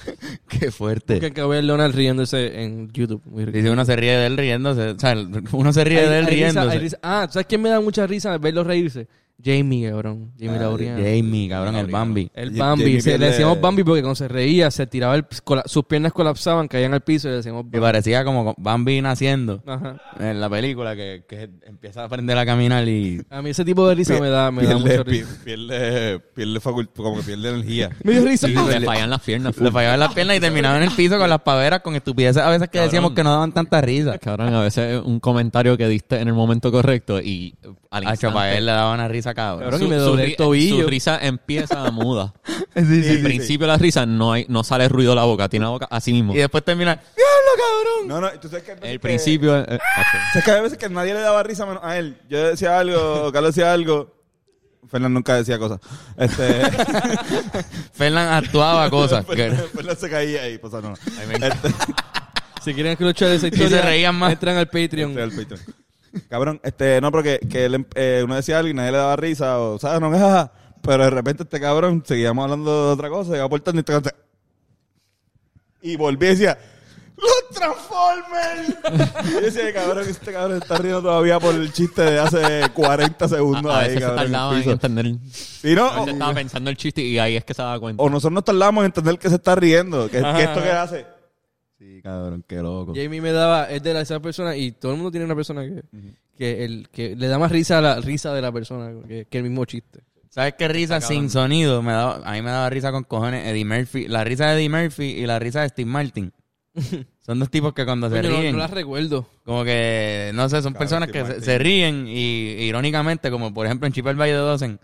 Qué fuerte.
Que acabé de Leonard riéndose en YouTube. Muy rico.
Y si uno se ríe de él riéndose. O sea, uno se ríe
Hay-
de él
hay risa-
riéndose.
hay risa. Ah, ¿sabes quién me da mucha risa verlo reírse? Jamie, cabrón. Jamie Laureano.
Jamie, cabrón, el Bambi.
El
Jamie
Bambi.
Jamie
Se- le
pierde-
decíamos Bambi porque cuando se reía, se tiraba el, cola- sus piernas colapsaban, caían al piso y le decíamos
Que
Bambi.
parecía como Bambi naciendo
Ajá.
en la película, que, que empieza a aprender a caminar y...
A mí ese tipo de risa me da, me da mucha
pierde,
risa.
pi- pierde, pierde facult- como que pierde energía.
Me dio risa. Ah,
le fallan las piernas.
Le fallaban las piernas y terminaba en el piso con las paveras, con estupideces a veces que decíamos que no daban tanta risa.
Cabrón, a veces un comentario que diste en el momento correcto y eh, al
A Chapael le daba una risa cabrón.
Cabrón, y me doblé el
ri-
tobillo.
su risa empieza muda.
Sí,
al principio de la risa no hay, no sale ruido de la boca, tiene la boca así mismo.
Y después termina... ¡Diablo, cabrón!
No, no, tú sabes que. hay veces
El
que-
principio eh, eh,
O sea, es que había veces que nadie le daba risa menos a él. Yo decía algo, Carlos decía algo. Fernán nunca decía cosas. Este,
Fernan actuaba cosas. que-
Fernán se caía ahí, pues no.
Si quieren escuchar
se
esa historia,
reían más.
entran al Patreon.
Este, el Patreon. Cabrón, este, no, porque que él, eh, uno decía algo y nadie le daba risa, o, ¿sabes? No, jaja. Pero de repente este cabrón, seguíamos hablando de otra cosa, y aportando y este cabrón se- Y volví y decía, ¡Los Transformers! y yo decía, cabrón, este cabrón está riendo todavía por el chiste de hace 40 segundos
a, a
ahí,
veces se
cabrón. en el
tardaba en
piso.
entender.
Y no,
A veces estaba pensando el chiste y ahí es que se daba cuenta.
o nosotros nos tardamos en entender que se está riendo, que, que esto que hace. Sí, cabrón, qué loco.
Jamie me daba, es de la- esas personas, y todo el mundo tiene una persona que, que, el, que le da más risa a la risa de la persona que, que el mismo chiste.
¿Sabes qué risa sin sonido? Me daba, a mí me daba risa con cojones Eddie Murphy. La risa de Eddie Murphy y la risa de Steve Martin. Son dos tipos que cuando se
Coño, no,
ríen,
no las recuerdo.
como que, no sé, son personas
Steve
que se,
Martin.
se ríen y irónicamente, como por ejemplo en Chipper Valle de Dosen,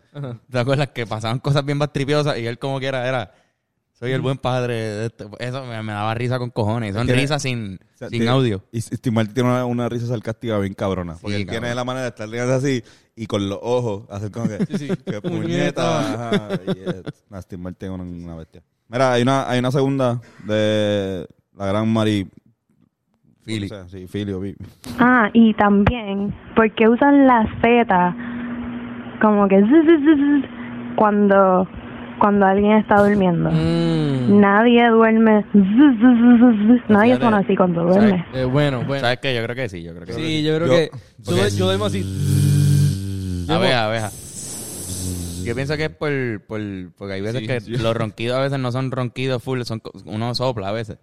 ¿te acuerdas que pasaban cosas bien bastripiosas y él como que era, era, soy el buen padre de este- Eso me, me daba risa con cojones. Son
Tiene-
risas sin,
O sea,
sin
tiene-
audio.
Y Steve Martin tiene una, una risa sarcástica bien cabrona. Porque él
cabrón.
tiene la manera de estar riendo así y con los ojos hacer como que.
Sí, sí.
que
Puñeta.
puñeta. Ajá, yes. Nah, Steve Martin es este una, una bestia. Mira, hay una, hay una segunda de la gran Mari.
Philly.
O sea, sí, Philly o Bi-
Ah, y también, ¿por qué usan la Z como que zzz, zzz, zzz, cuando, cuando alguien está durmiendo?
Mm.
Nadie duerme, zzz, zzz, zzz, zzz, nadie
Fíjate,
suena así cuando
¿sabes?
duerme.
Eh, bueno, bueno.
¿Sabes qué? Yo creo que sí, yo creo que sí.
Sí, yo creo
Yo-
que. Yo, yo duermo así. yo-
Abeja, abeja. Yo pienso que es por, por porque hay veces que los ronquidos a veces no son ronquidos full, son co- uno sopla a veces.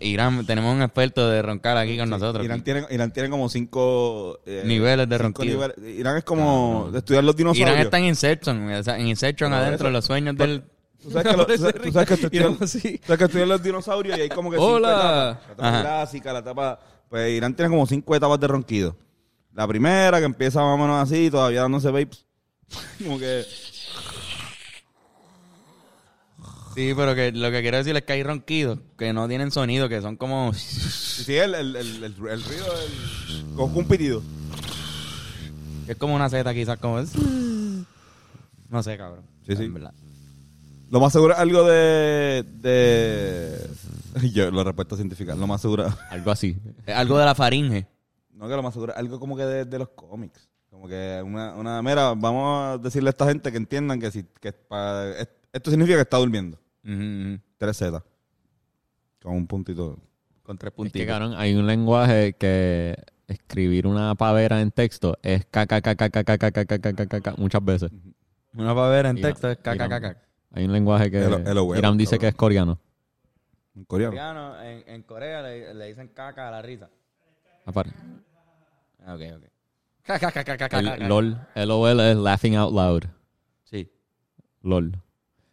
Irán, tenemos un experto de roncar aquí con nosotros.
Irán tiene, Irán tiene como cinco eh,
Niveles de
cinco
ronquido.
niveles. Irán es como estudiar los dinosaurios.
Irán está en Inception, o sea, en Inception adentro, los sueños del...
Tú sabes que, lo- tú sabes- tú sabes que tú
Irán
estudias-
así.
tú sabes que estudian los dinosaurios y hay como que
Hola.
etapas. La etapa
Ajá.
jurásica, la etapa... Pues Irán tiene como cinco etapas de ronquido. La primera que empieza más o menos así, todavía dándose vapes. como que...
Sí, pero que lo que quiero decir es que hay ronquidos que no tienen sonido, que son como...
Sí, el, el, el, el, el ruido el, con un pitido.
Es como una seta quizás, como... No sé, cabrón.
Sí, sí.
En verdad.
Lo más seguro es algo de... de... Yo, la respuesta científica. Lo más seguro...
Algo así.
Es Eh, algo de la faringe.
No, que lo más seguro es algo como que de, de los cómics. Como que una, una... Mira, vamos a decirle a esta gente que entiendan que, si, que pa- esto significa que está durmiendo.
Ujú, ujú.
Tres Z. Con un puntito.
Con tres
Es que,
puntitos.
cabrón, hay un lenguaje que escribir una pavera en texto es caca, caca, caca, caca, caca, caca, caca, muchas veces.
Una pavera en
Irán,
texto es caca,
Irán.
caca.
Hay un lenguaje que
El- el huevo,
Irán dice
cabrón.
que es coreano.
En coreano.
Coreano, en, en Corea le, le dicen caca a la risa.
Aparte,
Ah, Ok, ok. Caca, caca, caca,
el
caca.
LOL, LOL es laughing out loud.
Sí.
LOL.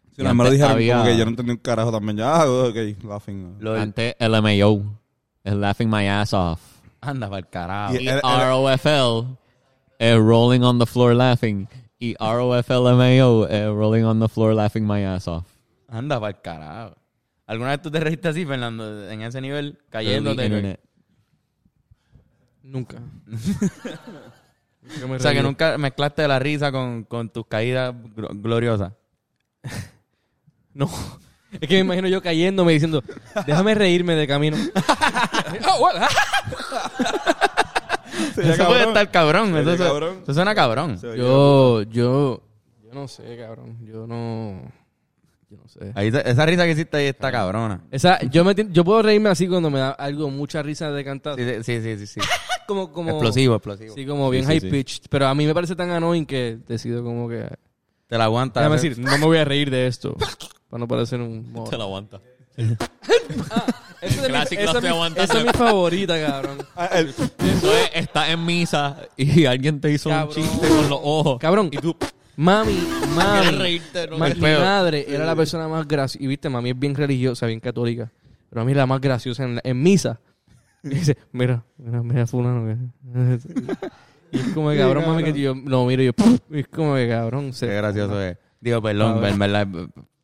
Sí,
Y
nada, me lo
antes
dijeron
había-
como que yo no entendí un carajo también. Ya, ah, ok, laughing.
Lo-
Antes LMAO es laughing my ass off. E
Anda para el carajo.
Y-
Y
L- L-
ROFL es rolling on the floor laughing. Y ROFLMAO es rolling on the floor laughing my ass off.
Anda para el carajo. ¿Alguna vez tú te reíste así, Fernando? En ese nivel,
Early
cayéndote.
internet.
Nunca. Nunca me
O sea, que
reí.
nunca mezclaste la risa con, con tus caídas glo- gloriosas.
No. Es que me imagino yo cayéndome diciendo, déjame reírme de camino. Ah, bueno.
Eso puede estar cabrón. Eso,
Sería
su-
cabrón.
eso suena cabrón.
yo, yo, yo no sé, cabrón. Yo no. Yo no sé.
Ahí está- esa risa que hiciste ahí está cabrona.
Esa, yo, me, enti- yo puedo reírme así cuando me da algo, mucha risa de cantar.
Sí, sí, sí, sí. sí.
Como, como,
Explosivo, explosivo.
Sí, como bien
sí,
high
sí.
pitched. Pero a mí me parece tan annoying que decido como que.
Te la aguantas.
Déjame decir, no me voy a reír de esto. Para no parecer un. morro.
Te lo aguanta.
Esa es mi-
Clásico,
esa
no
es
te
mi-
aguantas.
esa es mi favorita, cabrón.
Ah, el-
Eso es, está en misa y alguien te hizo
Cabrón.
un chiste con los ojos.
Cabrón.
Y tú,
Mami,
quieres
mami.
reírte, ¿no?
ma- mi
Qué feo.
madre era la persona más graciosa. Y viste, mami es bien religiosa, bien católica. Pero a mí es la más graciosa en, la- en misa. Y dice, mira, mira, mira, fulano. que- Y es como que cabrón, mami, que yo lo miro y yo. Y es como que cabrón. se-
Qué gracioso es. Digo, perdón, en verdad,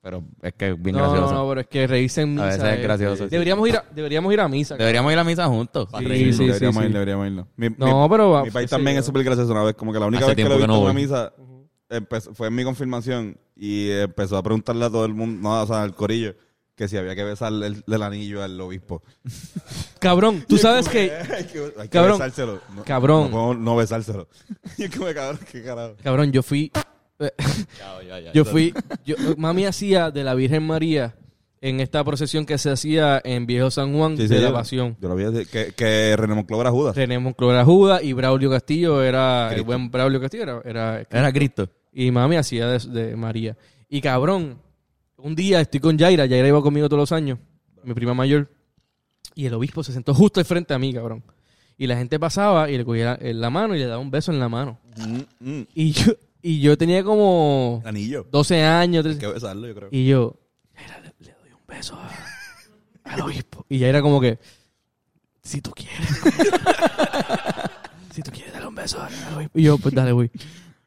pero es que es bien
Ah, no,
gracioso.
no, pero es que reírse en misa. eh,
A veces es gracioso, sí.
Deberíamos, ir a, deberíamos ir a misa. cabrón.
Deberíamos ir a misa juntos.
Sí,
Sí,
sí, sí,
deberíamos
sí.
irlo, deberíamos irlo. Mi,
No,
mi-
pero va,
mi país
qué sé
también
yo.
es súper gracioso. Una vez, como que la única
Hace
vez que lo he
tiempo que
visto
no
en una
voy.
misa empezó- fue en mi confirmación y empezó a preguntarle a todo el mundo, no, o sea, al corillo, que si había que besar el, el anillo al obispo.
Cabrón, tú sabes que.
Hay que, hay que
Cabrón.
besárselo. No,
Cabrón.
No, podemos no besárselo. Y es como, cabrón, qué carajo.
Cabrón, yo fui. eh, Yo fui. Yo, mami hacía de la Virgen María en esta procesión que se hacía en Viejo San Juan
Sí,
de
sí,
la
yo-
Pasión.
Yo lo vi así, que, que René Monclova era Judas.
René Moncloa era Judas y Braulio Castillo era. El
Cristo.
buen Braulio Castillo era. era-
Era Cristo.
y mami hacía de, de María. Y cabrón, un día estoy con Yaira. Yaira iba conmigo todos los años, mi prima mayor. Y el obispo se sentó justo al frente a mí, cabrón. Y la gente pasaba y le cogía la, la mano y le daba un beso en la mano.
Mm, mm.
Y yo, y yo tenía como
El anillo.
12 años,
Hay
13.
que besarlo, yo creo.
Y yo, "Mira, le, le doy un beso a- al obispo. Y ya era como que, si tú quieres. si tú quieres, dale un beso al al obispo. Y yo, pues dale, güey.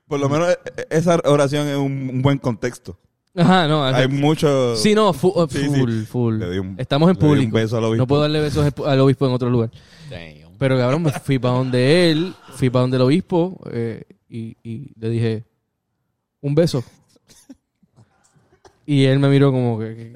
Por lo menos eh, eh, esa oración es un, un buen contexto.
Ajá, no.
Hay mucho...
sí, no, fu- uh,
Sí, sí.
full, full.
Le di un-
Estamos en
le di un
público.
beso al obispo.
No puedo darle besos esp- al obispo en otro lugar.
Damn.
Pero cabrón, me fui para donde él, fui para donde el obispo eh, y, y le dije, un beso. Y él me miró como que... que-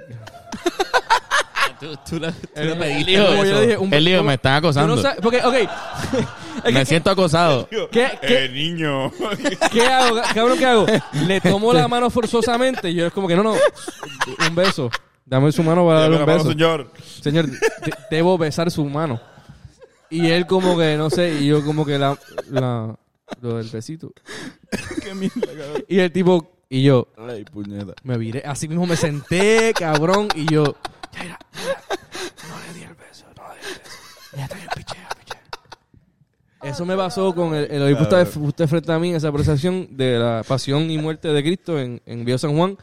Tú, tú le, tú
Él-
le pediste
él- Eh, como
eso.
yo le dije, un-
El lío, me están
Tú
acosando.
no sabes- porque, ok,
me siento acosado.
¿Qué, qué,
Eh, niño.
¿Qué hago? Cabrón, ¿qué hago? Le tomo la mano forzosamente. Y yo es como que no, no. Un beso. Dame su mano para darle
Dame
un
la mano,
beso.
señor.
Señor, de- debo besar su mano. Y él como que, no sé, y yo como que la... la lo del besito. Y el tipo, y yo,
Ay, puñeta.
me viré. Así mismo me senté, cabrón, y yo... Ya era, ya era. No le di el beso, no le di el beso. Ya está bien, pichea, pichea. Eso me pasó con el, el obispo está usted frente a mí en esa procesión de la pasión y muerte de Cristo en, en Viejo San Juan.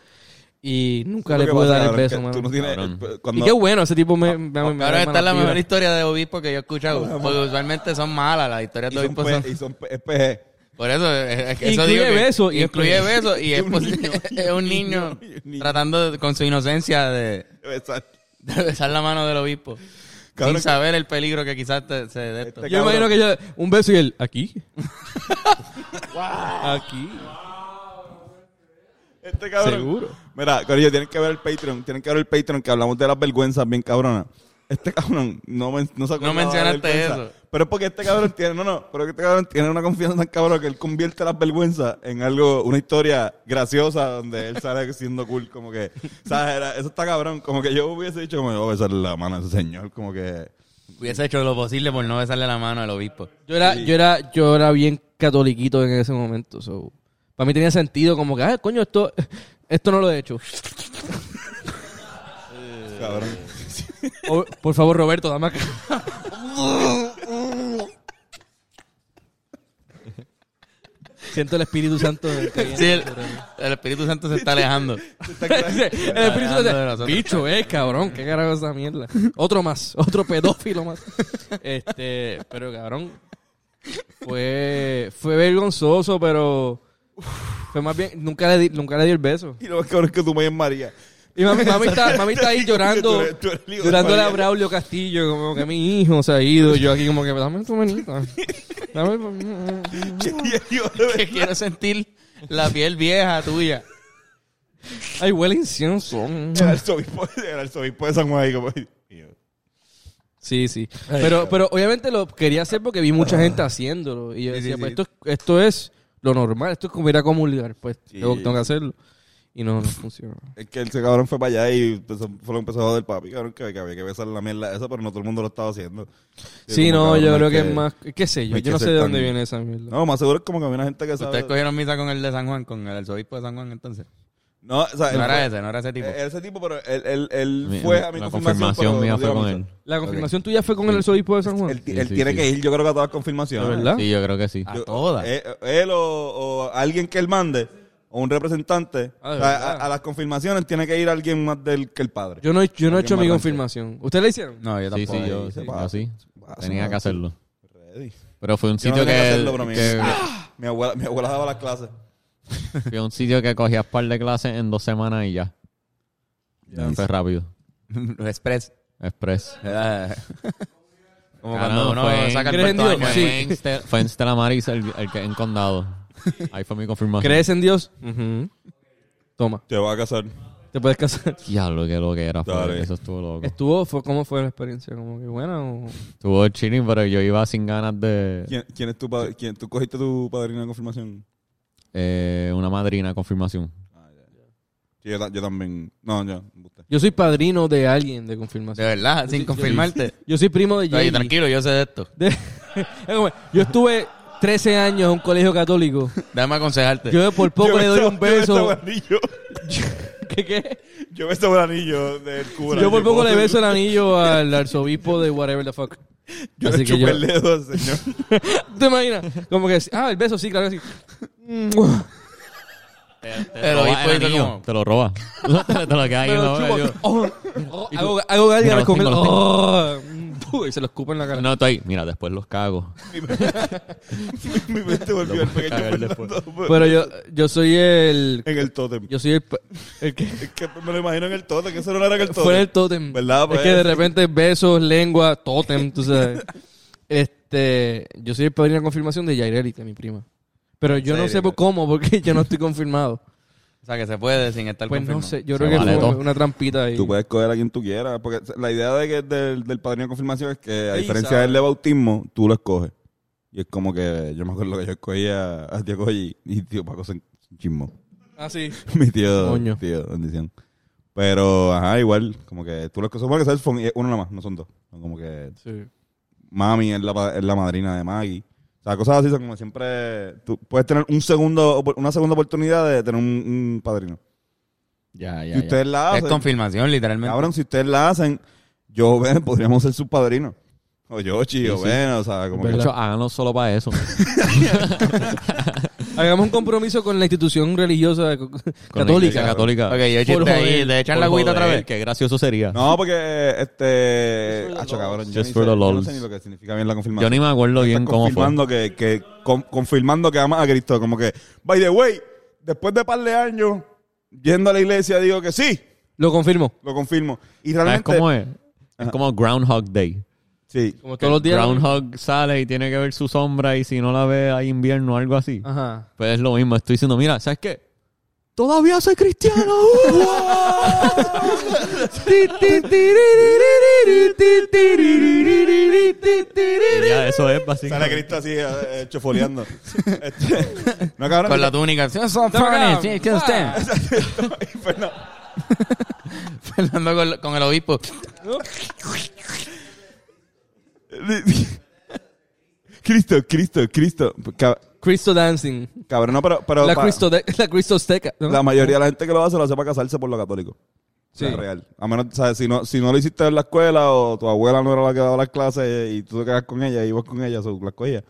Y nunca
Lo
le
que
pude
pasa,
dar el
cabrón, es
beso,
que
mano.
tú no tienes- eh,
Cabrón.
cuando-
Y qué bueno, ese tipo me... me, me- me
Claro, esta
da
es la
mala
mejor
vibra.
historia de obispo que yo he escuchado. Porque usualmente son malas las historias
y
de
son
obispo.
P-
son-
y son P- es PG.
Por eso, es- es que eso
Incluye
digo que-
besos y es
incluye
como-
besos y es,
un
pos-
niño,
es un niño,
y un niño.
tratando de- con su inocencia de,
Exacto.
de besar la mano del obispo.
Cabrón,
sin saber el peligro que quizás te- se dé esto.
Este
Yo
Cabrón.
imagino que yo... Un beso y él... ¿Aquí? Aquí.
Este cabrón.
Seguro.
Mira, Corillo, tienen que ver el Patreon. Tienen que ver el Patreon que hablamos de las vergüenzas bien cabronas. Este cabrón no, men- no se acordaba
No mencionaste
de la vergüenza.
eso.
Pero es porque este cabrón tiene, no, no, pero este cabrón tiene una confianza tan cabrón que él convierte las vergüenzas en algo, una historia graciosa donde él sale siendo cool, como que, ¿sabes? Era- eso está cabrón, como que yo hubiese dicho, como, oh, besarle la mano a ese señor, como que,
Hubiese hecho lo posible por no besarle la mano al obispo.
Yo era, yo era, yo era bien catoliquito en ese momento. so, Para mí tenía sentido como que, ah, coño, esto, esto no lo he hecho.
cabrón.
O- por favor, Roberto, dame acá. Siento el Espíritu Santo. que
Sí,
viene
el, el Espíritu Santo se está alejando.
sobre mí. el Espíritu
Hablando de
Santo.
nosotros.
Bicho, eh, cabrón, qué carajo esa mierda. Otro más, otro pedófilo más. Este, pero cabrón, fue, fue vergonzoso, pero fue más bien, nunca le di, nunca le di el beso.
Y lo más cabrón es que tu madre es María.
Y mami, mami está, mami está ahí llorando,
Tú eres- tú eres el hijo de
llorándole a
María.
Braulio Castillo, como que mi hijo se ha ido. Yo aquí como que, dame tu manita. Dame-
Y yo-
Que quiero sentir la piel vieja tuya.
Ay, huele incienso.
Era el sobispo, era el arzobispo de San Juan. y como- y yo,
Sí, sí. Pero, pero obviamente lo quería hacer porque vi mucha gente haciéndolo. Y yo
Sí,
decía,
sí,
pues
sí.
esto, es- esto es lo normal, esto es como ir a comulgar, pues
Sí.
tengo, tengo que hacerlo. Y no, no funcionó.
Es que ese cabrón fue para allá y empezó, fue lo que empezó a joder papi, cabrón, que, que había que besar la mierda esa, pero no todo el mundo lo estaba haciendo. Y como,
Sí, no,
cabrón,
yo
hay
creo que es más, qué sé
no
yo,
hay
yo
que
no sé
ser
de dónde
tan-
viene esa mierda.
No, más seguro es como que había una gente que sabe...
Ustedes cogieron misa con el de San Juan, con el arzobispo de San Juan entonces.
No, o sea, él
No era
fue-
ese, no era ese tipo.
eh, ese tipo, pero él, él, él
Mi-
fue a mi
la
confirmación.
confirmación mía fue
pero no
con
dio
él.
misa.
La confirmación tuya fue con el arzobispo de San Juan.
Él, ti-
Sí,
él
sí,
tiene
sí.
que ir, yo creo que a todas las confirmaciones.
¿De verdad?
Sí, yo creo que sí.
A
Yo-
todas.
eh, él o, o alguien que él mande, o un representante,
Ah, de
o sea,
verdad.
a, a las confirmaciones tiene que ir alguien más del que el padre.
Yo no, he- yo no he hecho
Alguien
mi
más
confirmación. ¿Ustedes la hicieron?
No, yo
Sí,
tampoco.
sí, yo
se
sí,
pasa,
yo sí.
pasa,
Tenía que
pasa.
hacerlo.
Ready.
Pero fue un
Yo no
sitio
tenía que hacerlo, pero
que,
mi-
que-
Mi abuela, mi abuela daba las clases.
fue un sitio que cogías par de clases en dos semanas y ya. Fue rápido.
Los Express.
Express.
Ah.
Era- Como
Caramba,
cuando uno
fue-
saca el
¿Crees en
puerto
Dios?
año.
Sí.
eh.
Fue en Stella Maris el, el que en condado. Ahí fue mi confirmación.
¿Crees en Dios? Ujú. Toma,
Te vas a casar.
te puedes casar.
Diablo, que lo que era.
Dale.
fue, Eso estuvo loco.
¿Estuvo, fue, cómo fue la experiencia? Como que buena o...
Estuvo chilling, pero yo iba sin ganas de
¿Quién, quién es tu padre? ¿Quién, ¿Tú cogiste tu padrino de confirmación?
eh, una madrina de confirmación.
Sí, yo, ta- yo también. No, yo. embuste.
Yo soy padrino de alguien de
De
confirmación.
verdad, sin
Sí,
confirmarte.
Yo soy primo de
Oye,
Jay.
tranquilo, yo sé de esto.
De- Es como, yo estuve 13 años en un colegio católico.
Déjame aconsejarte.
Yo por poco
Yo
le doy
besaba-
un beso.
Yo besaba el anillo.
¿Qué, qué?
Yo besaba el anillo del cura.
Yo por poco le beso el anillo al arzobispo de whatever the fuck.
Yo
Así
le
que
chupé
yo-
el dedo al señor.
¿Te imaginas? Como que, ah, el beso sí, claro que sí.
Pero
Roba
obispo
el
hizo
anillo,
como-
Te lo roba. te lo queda ahí en la
Pero
hora,
chupo-
yo-
oh, oh, hago, hago gárgaras
Mira,
con él.
los
Oh, mm, y se lo escupo en la cara.
No, estoy ahí. Mira, después los cago.
Mi mente volvió al pequeño
cagar después.
Fernando
Pero yo, yo soy el.
en el tótem.
Yo soy el. pa- el que,
Es que me lo imagino en el tótem, que eso no era en el tótem.
Fue el tótem.
¿Verdad,
Es
pues?
que de repente besos, lengua, tótem, tú sabes. Este, yo soy el padrino de confirmación de Yaireli, que es mi prima. Pero yo no sé por cómo, porque yo no estoy confirmado.
O sea, que se puede sin estar
Pues no
confirmado.
sé, yo
Se
creo que
vale
fue
todo.
una trampita ahí.
Tú puedes coger a quien tú quieras. Porque la idea de que del, del padrino de confirmación es que, a
Sí,
diferencia
sabe.
del de bautismo, tú lo escoges. Y es como que yo me acuerdo que yo escogí a, a tío Coyi y tío Paco se se chismó.
Ah, sí.
Mi tío,
Coño.
tío, bendición. Pero, ajá, igual, como que tú lo que supongo que sabes, son- uno nada más, no son dos. Son como que mami es la, pa- es la madrina de Maggie. O sea, cosas así son como siempre. Tú puedes tener un segundo, opor- una segunda oportunidad de tener un, un padrino.
Ya, ya,
si ustedes la
ya. Es
hacen,
confirmación, literalmente.
cabrón, si ustedes la hacen, yo, ven, podríamos ser sus padrinos. O Yoshi, o Ben, o sea, como
De
que.
hecho, háganlo solo para eso.
Hagamos un compromiso con la institución religiosa co-
Con la iglesia
católica.
católica.
Ok, yo
Por
chiste ahí.
joder,
¿Te echan
Por
la agüita otra
joder,
vez?
Qué gracioso sería.
No, porque este. Acho, cabrón, yo,
Just
ni
for
sé,
the
yo no
lols.
sé ni lo que significa bien la confirmación.
Yo ni me acuerdo bien
Están
cómo fue.
confirmando que, que con- confirmando que amas a Cristo, como que, by the way, después de par de años yendo a la iglesia digo que sí,
Lo confirmo.
lo confirmo. Y
¿Sabes
realmente
cómo es? Es como Groundhog Day.
sí.
Como todos los días.
Groundhog sale y tiene que ver su sombra y si no la ve hay invierno o algo así.
Ajá.
Pues es lo mismo. Estoy diciendo, mira, ¿sabes qué? Todavía soy cristiano. ¡Wow! Ti, ti, ti, ri, ri, ri, ri. Y ya, eso es
Sale
básicamente.
Cristo así, eh, eh, chofoleando. Este, no, cabrón.
Con la túnica. Fernando
Pues no.
con, con el obispo.
Cristo, Cristo, Cristo. Ca-
Cristo Dancing.
Cabrón, no, pero... pero
La
pa-
Cristo, de- la Cristo Azteca. ¿no?
La mayoría de la gente que lo hace lo hace para casarse por lo católico.
Sí.
Sí. real. A menos, ¿sabes? Si no, si no lo hiciste en la escuela o tu abuela no era la que daba las clases y tú te quedas con ella y vos con ella, o las cogías,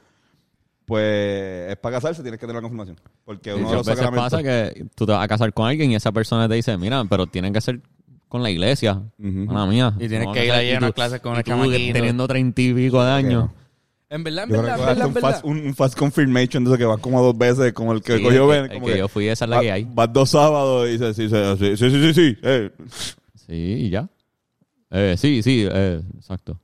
pues es para casarse, tienes que tener la confirmación. Porque
Y
uno de los
muchas veces
sacramentos...
pasa que tú te vas a casar con alguien y esa persona te dice, mira, pero tienen que ser con la iglesia.
Ujú.
Mala mía.
Y tienes
No,
que ir ahí
y
a
tú-
unas clases con
y
el
tú
chamaquito.
Teniendo treinta y pico de años.
En verdad, en
Yo
verdad,
creo que
en
va a
verdad,
hacer
en
un fast,
verdad.
un, un fast confirmation de eso que vas como dos veces, como el que Ah.
Sí,
cogió
el-
Ben.
el
como
que yo fui, esa es la
va-
que hay.
Vas dos sábados y dices, sí, sí, sí, sí, sí, sí, sí, eh.
Sí, y ya. Eh, sí, sí, eh, exacto.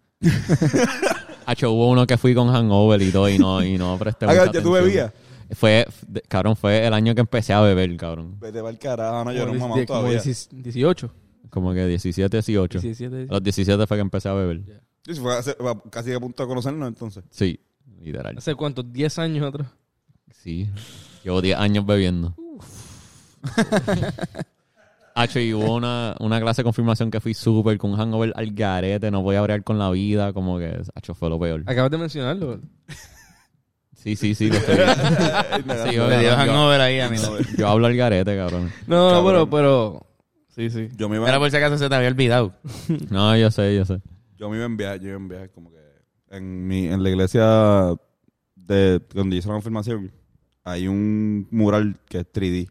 Hacho, hubo uno que fui con hangover y todo y no, y no presté
Ah,
mucha
ya tú
atención.
bebías.
Fue, f- de- cabrón, fue el año que empecé a beber, cabrón.
Vete pa'l carajo, no, yo era un
Como
mamá
dieci- como
todavía.
diecis- 18.
Como que 17, 18.
17.
A los 17 fue que empecé a beber.
Sí, fue hace- va- casi a punto de conocernos entonces.
Sí, literal.
¿Hace cuánto? 10 años atrás.
Sí. Llevo 10 años bebiendo. Hacho, y hubo una, una clase de confirmación que fui súper con un hangover al garete, no voy a bregar con la vida, como que, hacho, fue lo peor.
Acabas de mencionarlo.
Sí, sí, sí, lo estoy viendo. Sí, yo-
Le dio hangover ahí, amigo.
yo, yo hablo al garete, cabrón.
No, no, pero,
Cabrón.
pero. Sí, sí.
Yo me iba
Era por si acaso se te había olvidado.
No, yo sé, yo sé.
Yo me iba en viaje, yo iba en viaje, como que en mi, en la iglesia de donde hice la confirmación, hay un mural que es 3D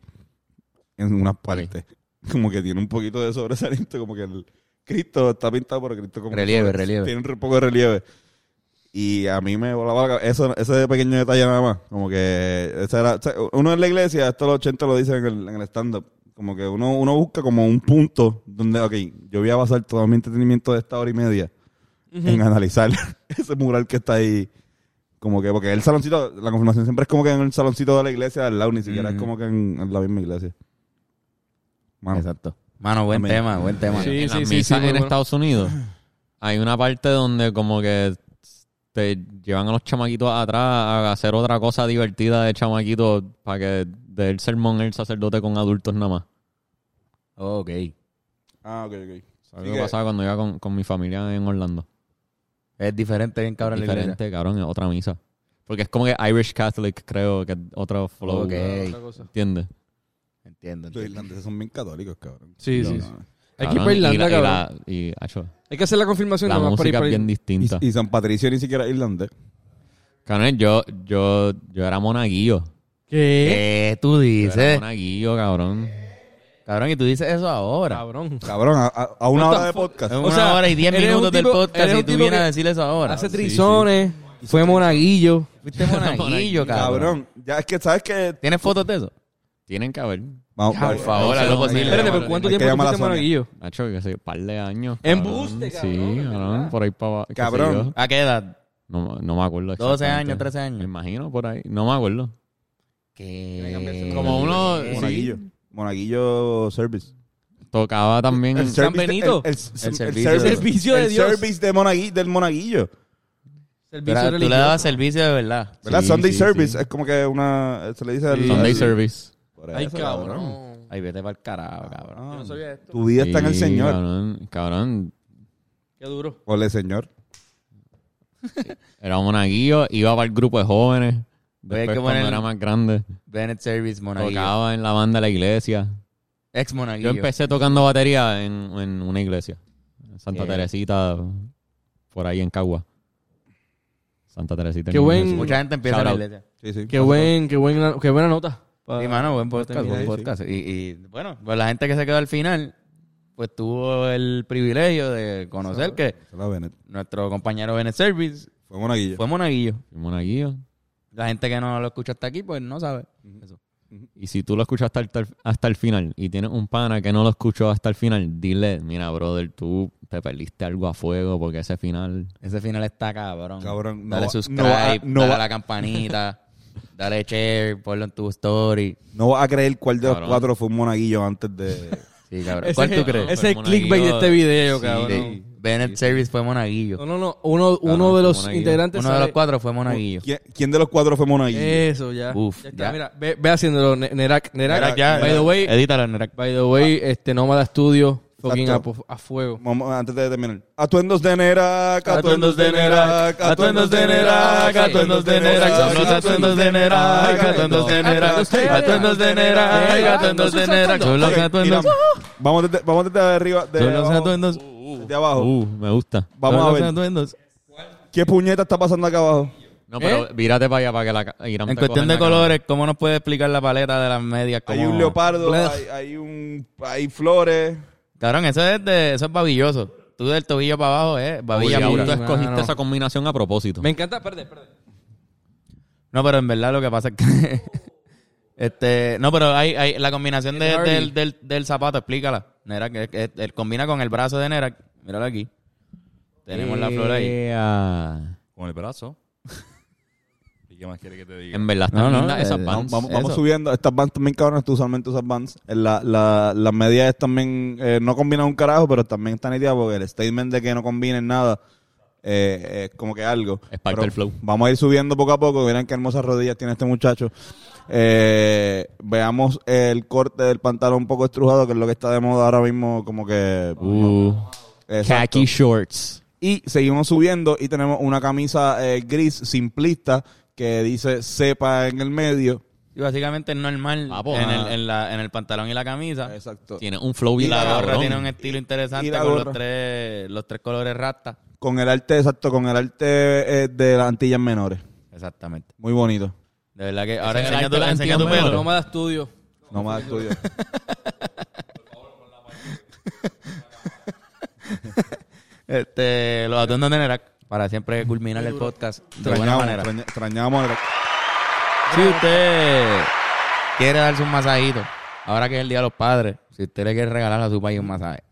en una parte. Como que tiene un poquito de sobresaliente, como que el Cristo está pintado, pero Cristo como que
Relieve,
sobre-
relieve.
Tiene un poco de relieve. Y a mí me volaba la cabeza. Eso, ese pequeño detalle nada más. Como que esa era, o sea, uno en la iglesia, esto los 80 lo dicen en el, en el stand-up. Como que uno, uno busca como un punto donde, ok, yo voy a basar todo mi entretenimiento de esta hora y media en analizar ese mural que está ahí. Como que, porque el saloncito, la confirmación siempre es como que en el saloncito de la iglesia al lado, ni siquiera es
Ujú.
como que en, en la misma iglesia. Mano,
Exacto. Mano, buen
Amén.
tema, buen tema.
Sí,
en
sí,
las
sí, sí,
misas
muy
en
bueno.
Estados Unidos hay una parte donde como que te llevan a los chamaquitos atrás a hacer otra cosa divertida de chamaquitos para que dé el sermón el sacerdote con adultos nada más.
Ok.
Ah, ok, ok.
Algo
Sí que-
pasaba cuando iba con, con mi familia en Orlando.
Es diferente, bien cabrón. la iglesia.
Diferente, cabrón, es otra misa. Porque es como que Irish Catholic, creo que es otro flow.
Ok.
Otra cosa.
¿Entiendes?
Entiendo.
Los
entiendo.
irlandeses son bien católicos, cabrón.
Sí,
Yo
sí.
no.
sí. Hay que ir
Cabrón,
para Irlanda,
y la- y
cabrón.
la- y, acho,
Hay que hacer la confirmación
la
nomás para ir
música
para
es
ir.
bien distinta.
Y, y San Patricio ni siquiera es irlandés.
Cabrón, yo, yo, yo era monaguillo.
¿Qué?
¿Qué tú
Yo era
dices?
monaguillo, cabrón.
Cabrón, y tú dices eso ahora.
Cabrón.
Cabrón, a, a- a una
No,
hora de
tampoco-
podcast.
Es una
O sea,
hora y diez
eres un
minutos del
tipo-
podcast
eres un
y tú
tipo
vienes
que
a decir eso ahora.
Hace trizones. Fue monaguillo.
Fuiste monaguillo, cabrón.
Cabrón, ya es que sabes que.
¿Tienes fotos de eso?
Tienen que haber.
Vamos,
Por favor,
haz lo posible.
Espérate,
Hay
pero
que
¿cuánto tiempo
llamar a
fuiste
Sonia.
monaguillo?
Nacho, que sé, par de años.
Embuste, cabrón,
Sí,
de
cabrón,
verdad.
por ahí para abajo.
Cabrón.
¿A qué edad?
No, no me acuerdo.
12
exactamente.
años, 13
Me
años.
imagino por ahí. No me acuerdo.
¿Qué?
Como uno. sí,
Monaguillo. Monaguillo Service.
tocaba también.
El service de-
Benito.
el- el- el
servicio.
service-
Servicio de
el
Dios.
service de monagui- del monaguillo.
Pero
Servicio
tú le
religioso.
dabas servicio de verdad.
¿Verdad?
Sí,
Sunday
sí,
Service
sí.
es como que una. Se le dice el.
Sunday
el-
Service.
Por
Ay,
eso,
cabrón.
Ay, vete para el carajo, cabrón.
Yo no sabía esto.
Tu vida está en el
Sí,
Señor.
Cabrón, cabrón,
Qué duro.
Ole, Señor.
era monaguillo, iba para el grupo de jóvenes.
Oye, hay
Después,
que
cuando
poner-
era más grande,
Bennett Service, monaguillo.
tocaba en la banda de la iglesia.
Ex
Yo
monaguillo.
empecé tocando batería en, en una iglesia. En Santa
Yeah.
Teresita, por ahí en Cagua. Santa Teresita. en
Qué buen-
Jesús.
Mucha gente empieza en la
Mm. Shout out.
iglesia.
Sí, sí.
Qué, buen, qué, buena, qué buena nota. Pa-
Sí, mano, buen podcast,
terminar
buen
ahí, sí.
podcast. Y, y, bueno, pues la gente que se quedó al final, pues tuvo el privilegio de conocer que
Se la ven.
nuestro compañero Bennett Service
Fue monaguillo.
fue monaguillo.
Fui monaguillo.
La gente que no lo escucha hasta aquí, pues no sabe. Eso.
Y si tú lo escuchas hasta el, tar- hasta el final y tienes un pana que no lo escuchó hasta el final, dile, mira, brother, tú te perdiste algo a fuego porque ese final...
Ese final está cabrón.
Cabrón, no
Dale
va-
subscribe,
no va- no
dale a
va-
la campanita, dale share, ponlo en tu story.
No vas a creer cuál de los
Cabrón.
cuatro fue un monaguillo antes de.
Sí, cabrón.
Ese
¿Cuál
es
tú
el-
crees?
Ese es el
Monaguillo-
clickbait de este video,
Sí,
cabrón.
sí.
Bennett Service fue monaguillo.
No, no, no. Uno, uno
no,
de
como
los
una guía.
integrantes.
Uno de los
sale-
cuatro fue monaguillo.
¿Qui- ¿Quién de los cuatro fue monaguillo?
Eso, ya.
Uf,
ya está,
ya.
Mira, ve, ve haciéndolo, Ne- Nerak. Nerak.
Nerak, ya.
By the way,
Edítalo, Nerak. Ah.
by the way este Nómada Studio, fucking a,
Exacto.
a fuego.
Vamos, antes de terminar. Atuendos de Nerak, atuendos de Nerak,
atuendos de Nerak, atuendos de Nerak, son los atuendos de Nerak, atuendos de Nerak, atuendos de Nerak, atuendos de Nerak, son
Ok, tiramos. Vamos desde, vamos desde arriba, de
Son los
abajo,
atuendos.
de abajo.
Uh, me gusta.
Vamos a
Son los
ver,
atuendos.
¿qué puñeta está pasando acá abajo?
No, pero vírate para allá para que la ca- Irán
¿Eh? En
te
cuestión de
coja la cámara.
colores, ¿cómo nos puede explicar la paleta de las medias?
Hay
Como-
un leopardo,
Blech.
hay, hay un, hay flores.
Cabrón, eso es, de, eso es babilloso. Tú del tobillo para abajo es babilla
Oye,
pura.
tú escogiste
mano.
esa combinación a propósito.
Me encanta, perdón, perdón.
No, pero en verdad lo que pasa es que... este, no, pero hay, hay la combinación de-
Hardy.
del, del, del zapato, explícala. Nerak, es- es- él combina con el brazo de Nerak. Míralo aquí. Tenemos la flor
Eh.
ahí.
ahí.
Con el brazo. ¿Y qué más quiere que te diga?
En verdad,
No,
están
no,
lindas
eh,
esas
no,
bands.
Vamos, vamos
Eso.
subiendo. Estas bands también, cabrones, tú usualmente usas bands. La, la, las medias también eh, no combinan un carajo, pero también están ideas porque el statement de que no combinen nada eh, es como que algo.
Es parte
Pero
del flow.
Vamos a ir subiendo poco a poco. Miren qué hermosas rodillas tiene este muchacho. Eh, veamos el corte del pantalón un poco estrujado, que es lo que está de moda ahora mismo, como que...
Uh,
Exacto.
khaki shorts.
Y seguimos subiendo y tenemos una camisa eh, gris simplista que dice cepa en el medio.
Y básicamente es normal
Papo,
en, el,
ah.
en, la, en el pantalón y la camisa.
Exacto.
Tiene un flow
Y
bien
la gorra
cabrón. Ah,
tiene un estilo
Y
interesante
la
con los
gorra.
tres, los tres colores rasta.
Con el arte, exacto, con el arte eh, de las Antillas Menores.
Exactamente.
Muy bonito.
De verdad que ahora
es el
enseña
arte
tu,
de la
enseña tu
antigua
pelo.
moda.
Nómada Studio.
No más tuyo.
Este, los atuendos de Nerak para siempre culminar el podcast de buena
Extrañamos,
manera.
extraña- extrañamos. el-
Si usted quiere darse un masajito, ahora que es el Día de los Padres, si usted le quiere regalar a su país un masaje,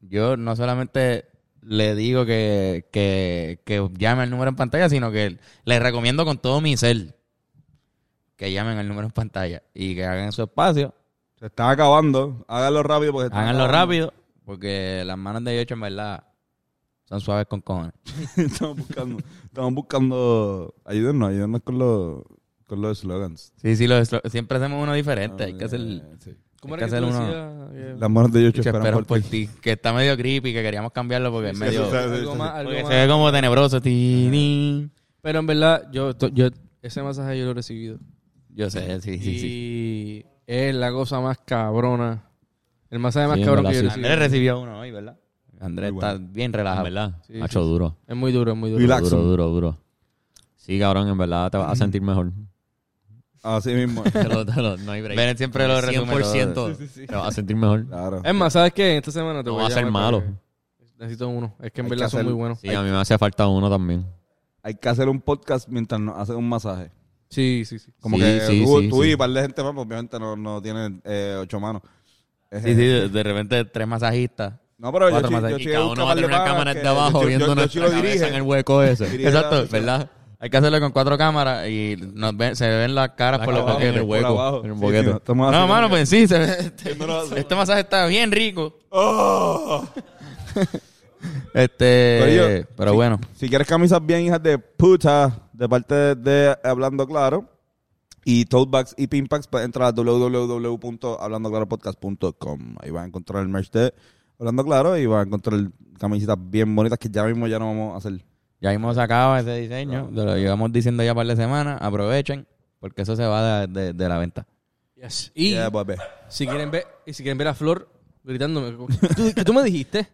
yo no solamente le digo que, que, que llame al número en pantalla, sino que le recomiendo con todo mi ser que llamen al número en pantalla y que hagan su espacio
Se están acabando. Háganlo rápido. Porque se están
Háganlo
acabando.
rápido, porque las manos de Yocho en verdad son suaves con cojones.
estamos buscando. Estamos buscando. Ayúdennos, ayúdennos con los, con los slogans.
Sí,
Eh,
sí, los- siempre hacemos uno diferente. Hay
Ah,
que hacer,
Sí.
¿Cómo
hay
era
que
que
hacer
tú
uno.
decías? Eh,
Las manos de Yocho
que
esperan, por ti.
Que está medio creepy, que queríamos cambiarlo porque es
sí,
medio.
sí, sí, sí.
Algo más, algo
porque
más.
se ve como tenebroso. ti, ni.
Pero en verdad, yo, to- yo ese masaje yo lo he recibido.
Yo sé, sí, sí, sí.
Y es la cosa más cabrona. El masaje más
Sí, en
cabrón
verdad,
que yo he
sí.
recibido.
Andrés recibió uno hoy, ¿verdad? Andrés
Muy bueno.
está bien
En
relajado.
verdad.
Sí,
Hacho
sí, sí.
duro.
Es muy duro, es muy duro.
Relax. Relaxing.
Duro, duro, duro. Sí, cabrón, en verdad te vas a sentir mejor.
Así mismo.
Te lo- te lo- no hay break.
Bennett siempre lo resume todo.
100%. Te vas a sentir mejor.
Claro.
Es más, ¿sabes qué? Esta semana te
No
voy
va a ser
llamar
malo.
porque Necesito uno. Es que en
Hay
verdad
que
son
hacer-
muy buenos.
Sí, a mí me hace falta uno también.
Hay que hacer un podcast mientras nos hacen un masaje.
Sí, sí, sí.
Como
Sí,
que
sí,
tú,
sí,
tú
sí.
y un par de gente más, pues, obviamente no, no tienen eh, ocho manos.
Sí, sí, de de repente tres masajistas.
No, pero yo,
Cuatro
yo,
más
yo
ahí.
estoy
Cada
un
uno va a
par de
tener una
panas
cámara
que-
de abajo
yo- yo-
viendo
yo sí
nuestra
lo
cabeza
dirige.
en el hueco ese.
Dirige la
Exacto,
sesión.
¿verdad? Hay que hacerlo con cuatro cámaras y nos ven- se ven las caras por los
Abajo,
boquetes.
por
hueco,
abajo.
en un
Sí,
boquete.
sí, no, estamos
No,
así
mano,
como que-
pues sí, se ve- este,
no lo hace.
este masaje está bien rico.
¡Oh!
Este,
Pero yo-
pero bueno,
Si quieres camisas bien, hijas de puta, de parte de, de Hablando Claro, y tote bags y pin packs, pues entra a www.hablandoclaropodcast.com. Ahí vas a encontrar el merch de Hablando Claro y vas a encontrar camisitas bien bonitas que ya mismo ya no vamos a hacer.
ya hemos sacado ese diseño, te lo llevamos diciendo ya par de semanas, aprovechen, porque eso se va de, de- de la venta.
Yes. Y
Yeah, baby.
si quieren ver, y si quieren ver a Flor gritándome, ¿tú, ¿qué tú me dijiste?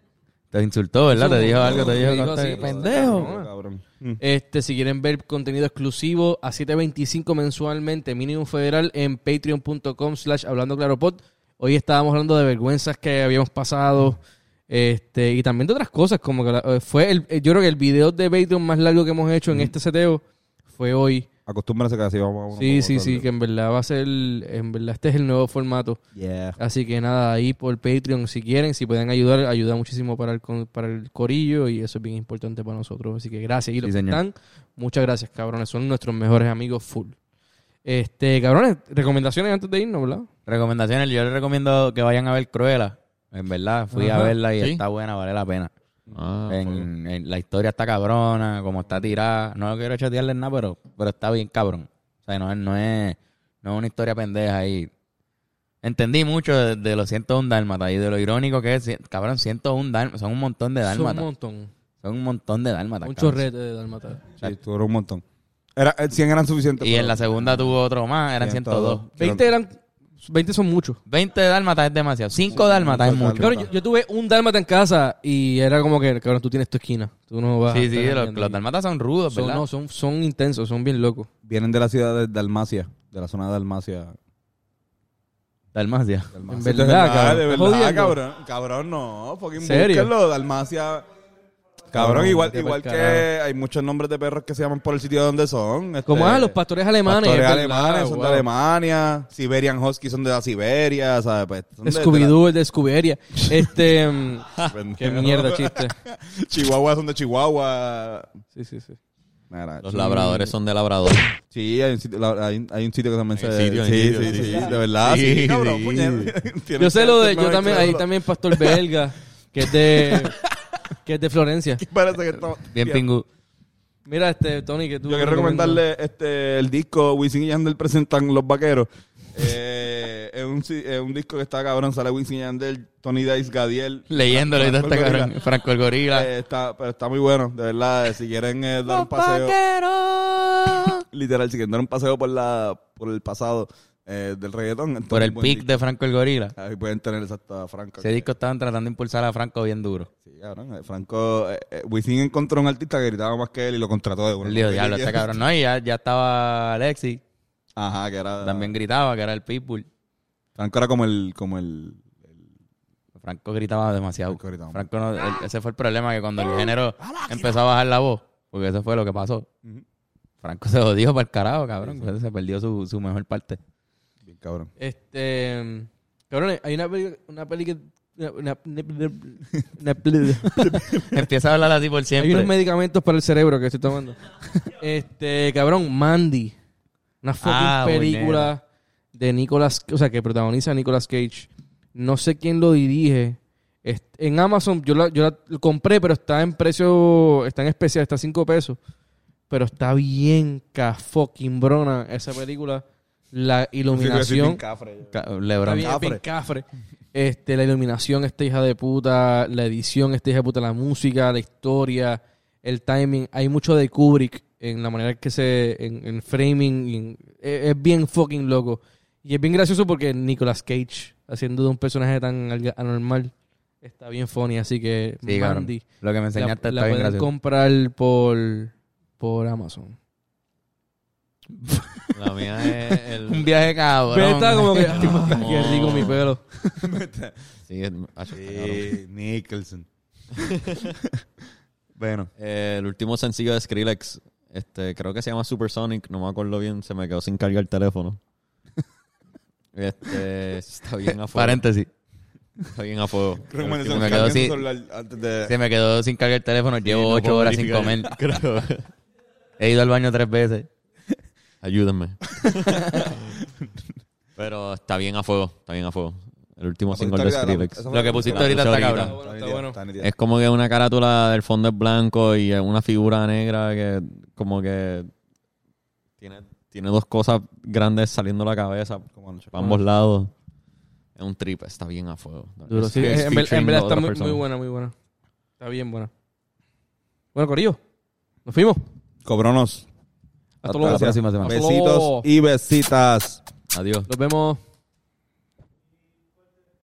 Te insultó, ¿verdad?
Eso
Te
no-
dijo algo, te
me
dijo, este.
dijo
cosas,
así,
pendejo.
cabrón.
Cabrón. Mm.
Este, si quieren ver contenido exclusivo a 7.25 mensualmente, mínimo federal, en patreon.com slash hablando claro pod. Hoy estábamos hablando de vergüenzas que habíamos pasado este, y también de otras cosas, como que la- eh, fue el, eh, yo creo que el video de Patreon más largo que hemos hecho en este seteo fue hoy.
Acostúmbrense que así vamos a uno
Sí,
por
sí,
otro.
sí, que en verdad va a ser, en verdad este es el nuevo formato.
Yeah.
Así que nada, ahí por Patreon, si quieren, si pueden ayudar, ayuda muchísimo para el, con- para el corillo y eso es bien importante para nosotros. Así que gracias. Y los
Sí,
que
señor.
están, muchas gracias, cabrones. Son nuestros mejores amigos full. Este, cabrones, recomendaciones antes de irnos, ¿verdad?
Recomendaciones, yo les recomiendo que vayan a ver Cruella, en verdad, fui a
Ajá,
verla y
sí.
está buena, vale la pena.
Ah, pues,
En- en- la historia está cabrona, como está tirada. No quiero chatearle nada, pero, pero está bien cabrón. O sea, no es, no es, no es una historia pendeja ahí. Entendí mucho de, de los 101 dálmatas y de lo irónico que es. cien- Cabrón, 101 dálmatas. Son un montón de
Son un
dálmatas.
montón.
Son un montón de dálmatas.
Un
cabrón.
chorrete de dálmata.
Sí, tú eres un montón. Era, eh, 100 eran suficientes.
Y
pero-
en la segunda tuvo otro más, eran 102.
20 eran... 20 son muchos.
20 dálmatas es demasiado. 5 dálmatas es
mucho
mucho.
dálmata.
Claro, yo, yo tuve un dálmata en casa y era como que, cabrón, tú tienes tu esquina. Tú no vas a
Sí, sí,
estar
los,
viendo
los
aquí.
dálmatas son rudos,
Son,
¿verdad?
no, son, son intensos, son bien locos.
Vienen de la ciudad de Dalmacia, de la zona de Dalmacia.
Dalmacia.
Dalmacia.
En verdad, cabrón.
de
¿Estás
verdad,
jodiendo?
cabrón. Cabrón, no. Fucking
¿Serio?
búsquenlo, Dalmacia. Cabrón,
Cabrón,
igual,
vete
igual
pa'l
que
carajo.
hay muchos nombres de perros que se llaman por el sitio de donde son. este,
Como, ah, los pastores alemanes.
pastores
es verdad,
alemanes, son
wow.
de Alemania. Siberian Husky son de la Siberia, ¿sabes? Pues, son de- de la-
Scooby-Doo, el de Scooby-Eria. Este... mm, qué mierda chiste.
Chihuahua son de Chihuahua.
Sí, sí, sí.
Mira,
los
sí.
labradores son de labrador.
Sí, hay un sitio, la- hay, un- hay un sitio que también
Hay un
se...
sitio, hay
sí,
un sitio,
sí,
hay
sí,
un
sí,
sitio.
de verdad. Sí,
Sí,
cabrón,
sí.
puñeta. Tienes
Yo sé lo
que
de...
hacerme
Yo también... Ahí
creerlo.
también pastor belga, que es de... que es de Florencia.
Parece que estamos...
Bien pingú.
Mira, este, Tony, que tú...
Yo quiero
recomiendas?
recomendarle este, el disco Wisin y Yandel presentan Los Vaqueros. Eh, es, un, si- es un disco que está cabrón. Sale Wisin y Yandel, Tony Dice, Gadiel.
Leyéndolo y todo
Franco
este
el
cabrón.
Gorila.
Franco el Gorila.
Eh, está, pero está muy bueno, de verdad. eh, Si quieren eh, dar un paseo, literal, si quieren dar un paseo por, la, por el pasado eh, del reggaetón. está
Por
muy
el
buen
pic
disco.
de Franco el Gorila.
Ahí pueden tener esa Franco.
Ese disco estaban tratando de impulsar a Franco bien duro.
Sí, cabrón. eh, Franco, eh, eh, Wisin encontró un artista que gritaba más que él y lo contrató de una.
El dijo, diablo, este cabrón. No, y ya, ya estaba Alexi.
Ajá, que era.
Ah.
También gritaba, que era el Pitbull.
Franco era como el. Como el
Franco gritaba demasiado.
Franco gritaba.
Franco no- el- ese fue el problema, que cuando el género empezó a bajar la voz, porque eso fue lo que pasó.
Ujú.
Franco se odió para el carajo, cabrón. entonces Se perdió su, su mejor parte.
bien cabrón.
Este. Cabrón, hay una peli, una peli que. una- una- una peli-
Empieza a hablar así por
hay unos
siempre.
medicamentos para el cerebro que estoy tomando. Este, cabrón, Mandy. Una fucking
Ah,
película de Nicolas. O sea, que protagoniza a Nicolas Cage. No sé quién lo dirige. Es- En Amazon, yo la, yo la compré, pero está en precio. Está en especial, está a 5 pesos. Pero está bien ca fucking brona esa película. La iluminación.
Ca-
Está
Lebron.
bien, es bien cafre. Este, la iluminación, esta hija de puta, la edición, esta hija de puta, la música, la historia, el timing. Hay mucho de Kubrick en la manera que se. en, en framing. y en- e, es, es bien fucking loco. Y es bien gracioso porque Nicolas Cage, haciendo de un personaje tan alga- anormal, está bien funny. Así que,
Sí, cabrón.
Mandy,
Lo que me
la,
enseñaste está
la
bien
pueden
gracioso.
comprar por, por Amazon.
La mía es el-
Un viaje
Pero
cabrón.
está como que. "Ah,
no.
qué rico mi pelo.
Sí, es- ah, está cabrón.
Sí, Nicholson. bueno.
pues,
Eh, el último sencillo de Skrillex, este, creo que se llama Supersonic, no me acuerdo bien, se me quedó sin cargar el teléfono. Este, está bien a fuego.
Paréntesis.
Está bien a fuego.
Recomendación,
Me quedo
cambien su
así.
celular antes de-
Se me quedó sin cargar el teléfono. Llevo
no
ocho
puedo
horas sin comer.
verificar. Creo.
He ido al baño tres veces.
Ayúdenme. Pero está bien a fuego, está bien a fuego. El último single de
Esa fue la-
Skrillex.
esa fue
Lo
la-
que pusiste
la
ahorita
puse
está
ahorita.
cabrón.
Está
nítida,
bueno.
está nítida.
Es como que una carátula del fondo es blanco y es una figura negra que como que tiene, tiene dos cosas grandes saliendo de la cabeza
Como anoche.
para ambos lados. Es un trip, está bien a fuego.
Duro,
Es-
sí.
es
en, ver- en
featuring
verdad
a
está
otra
muy,
persona.
muy buena, muy buena. Está bien buena. Bueno, Corillo, nos fuimos.
Cobronos.
Hasta
la
luego.
próxima semana.
Hasta
Besitos
luego.
y besitas.
Adiós.
Nos vemos.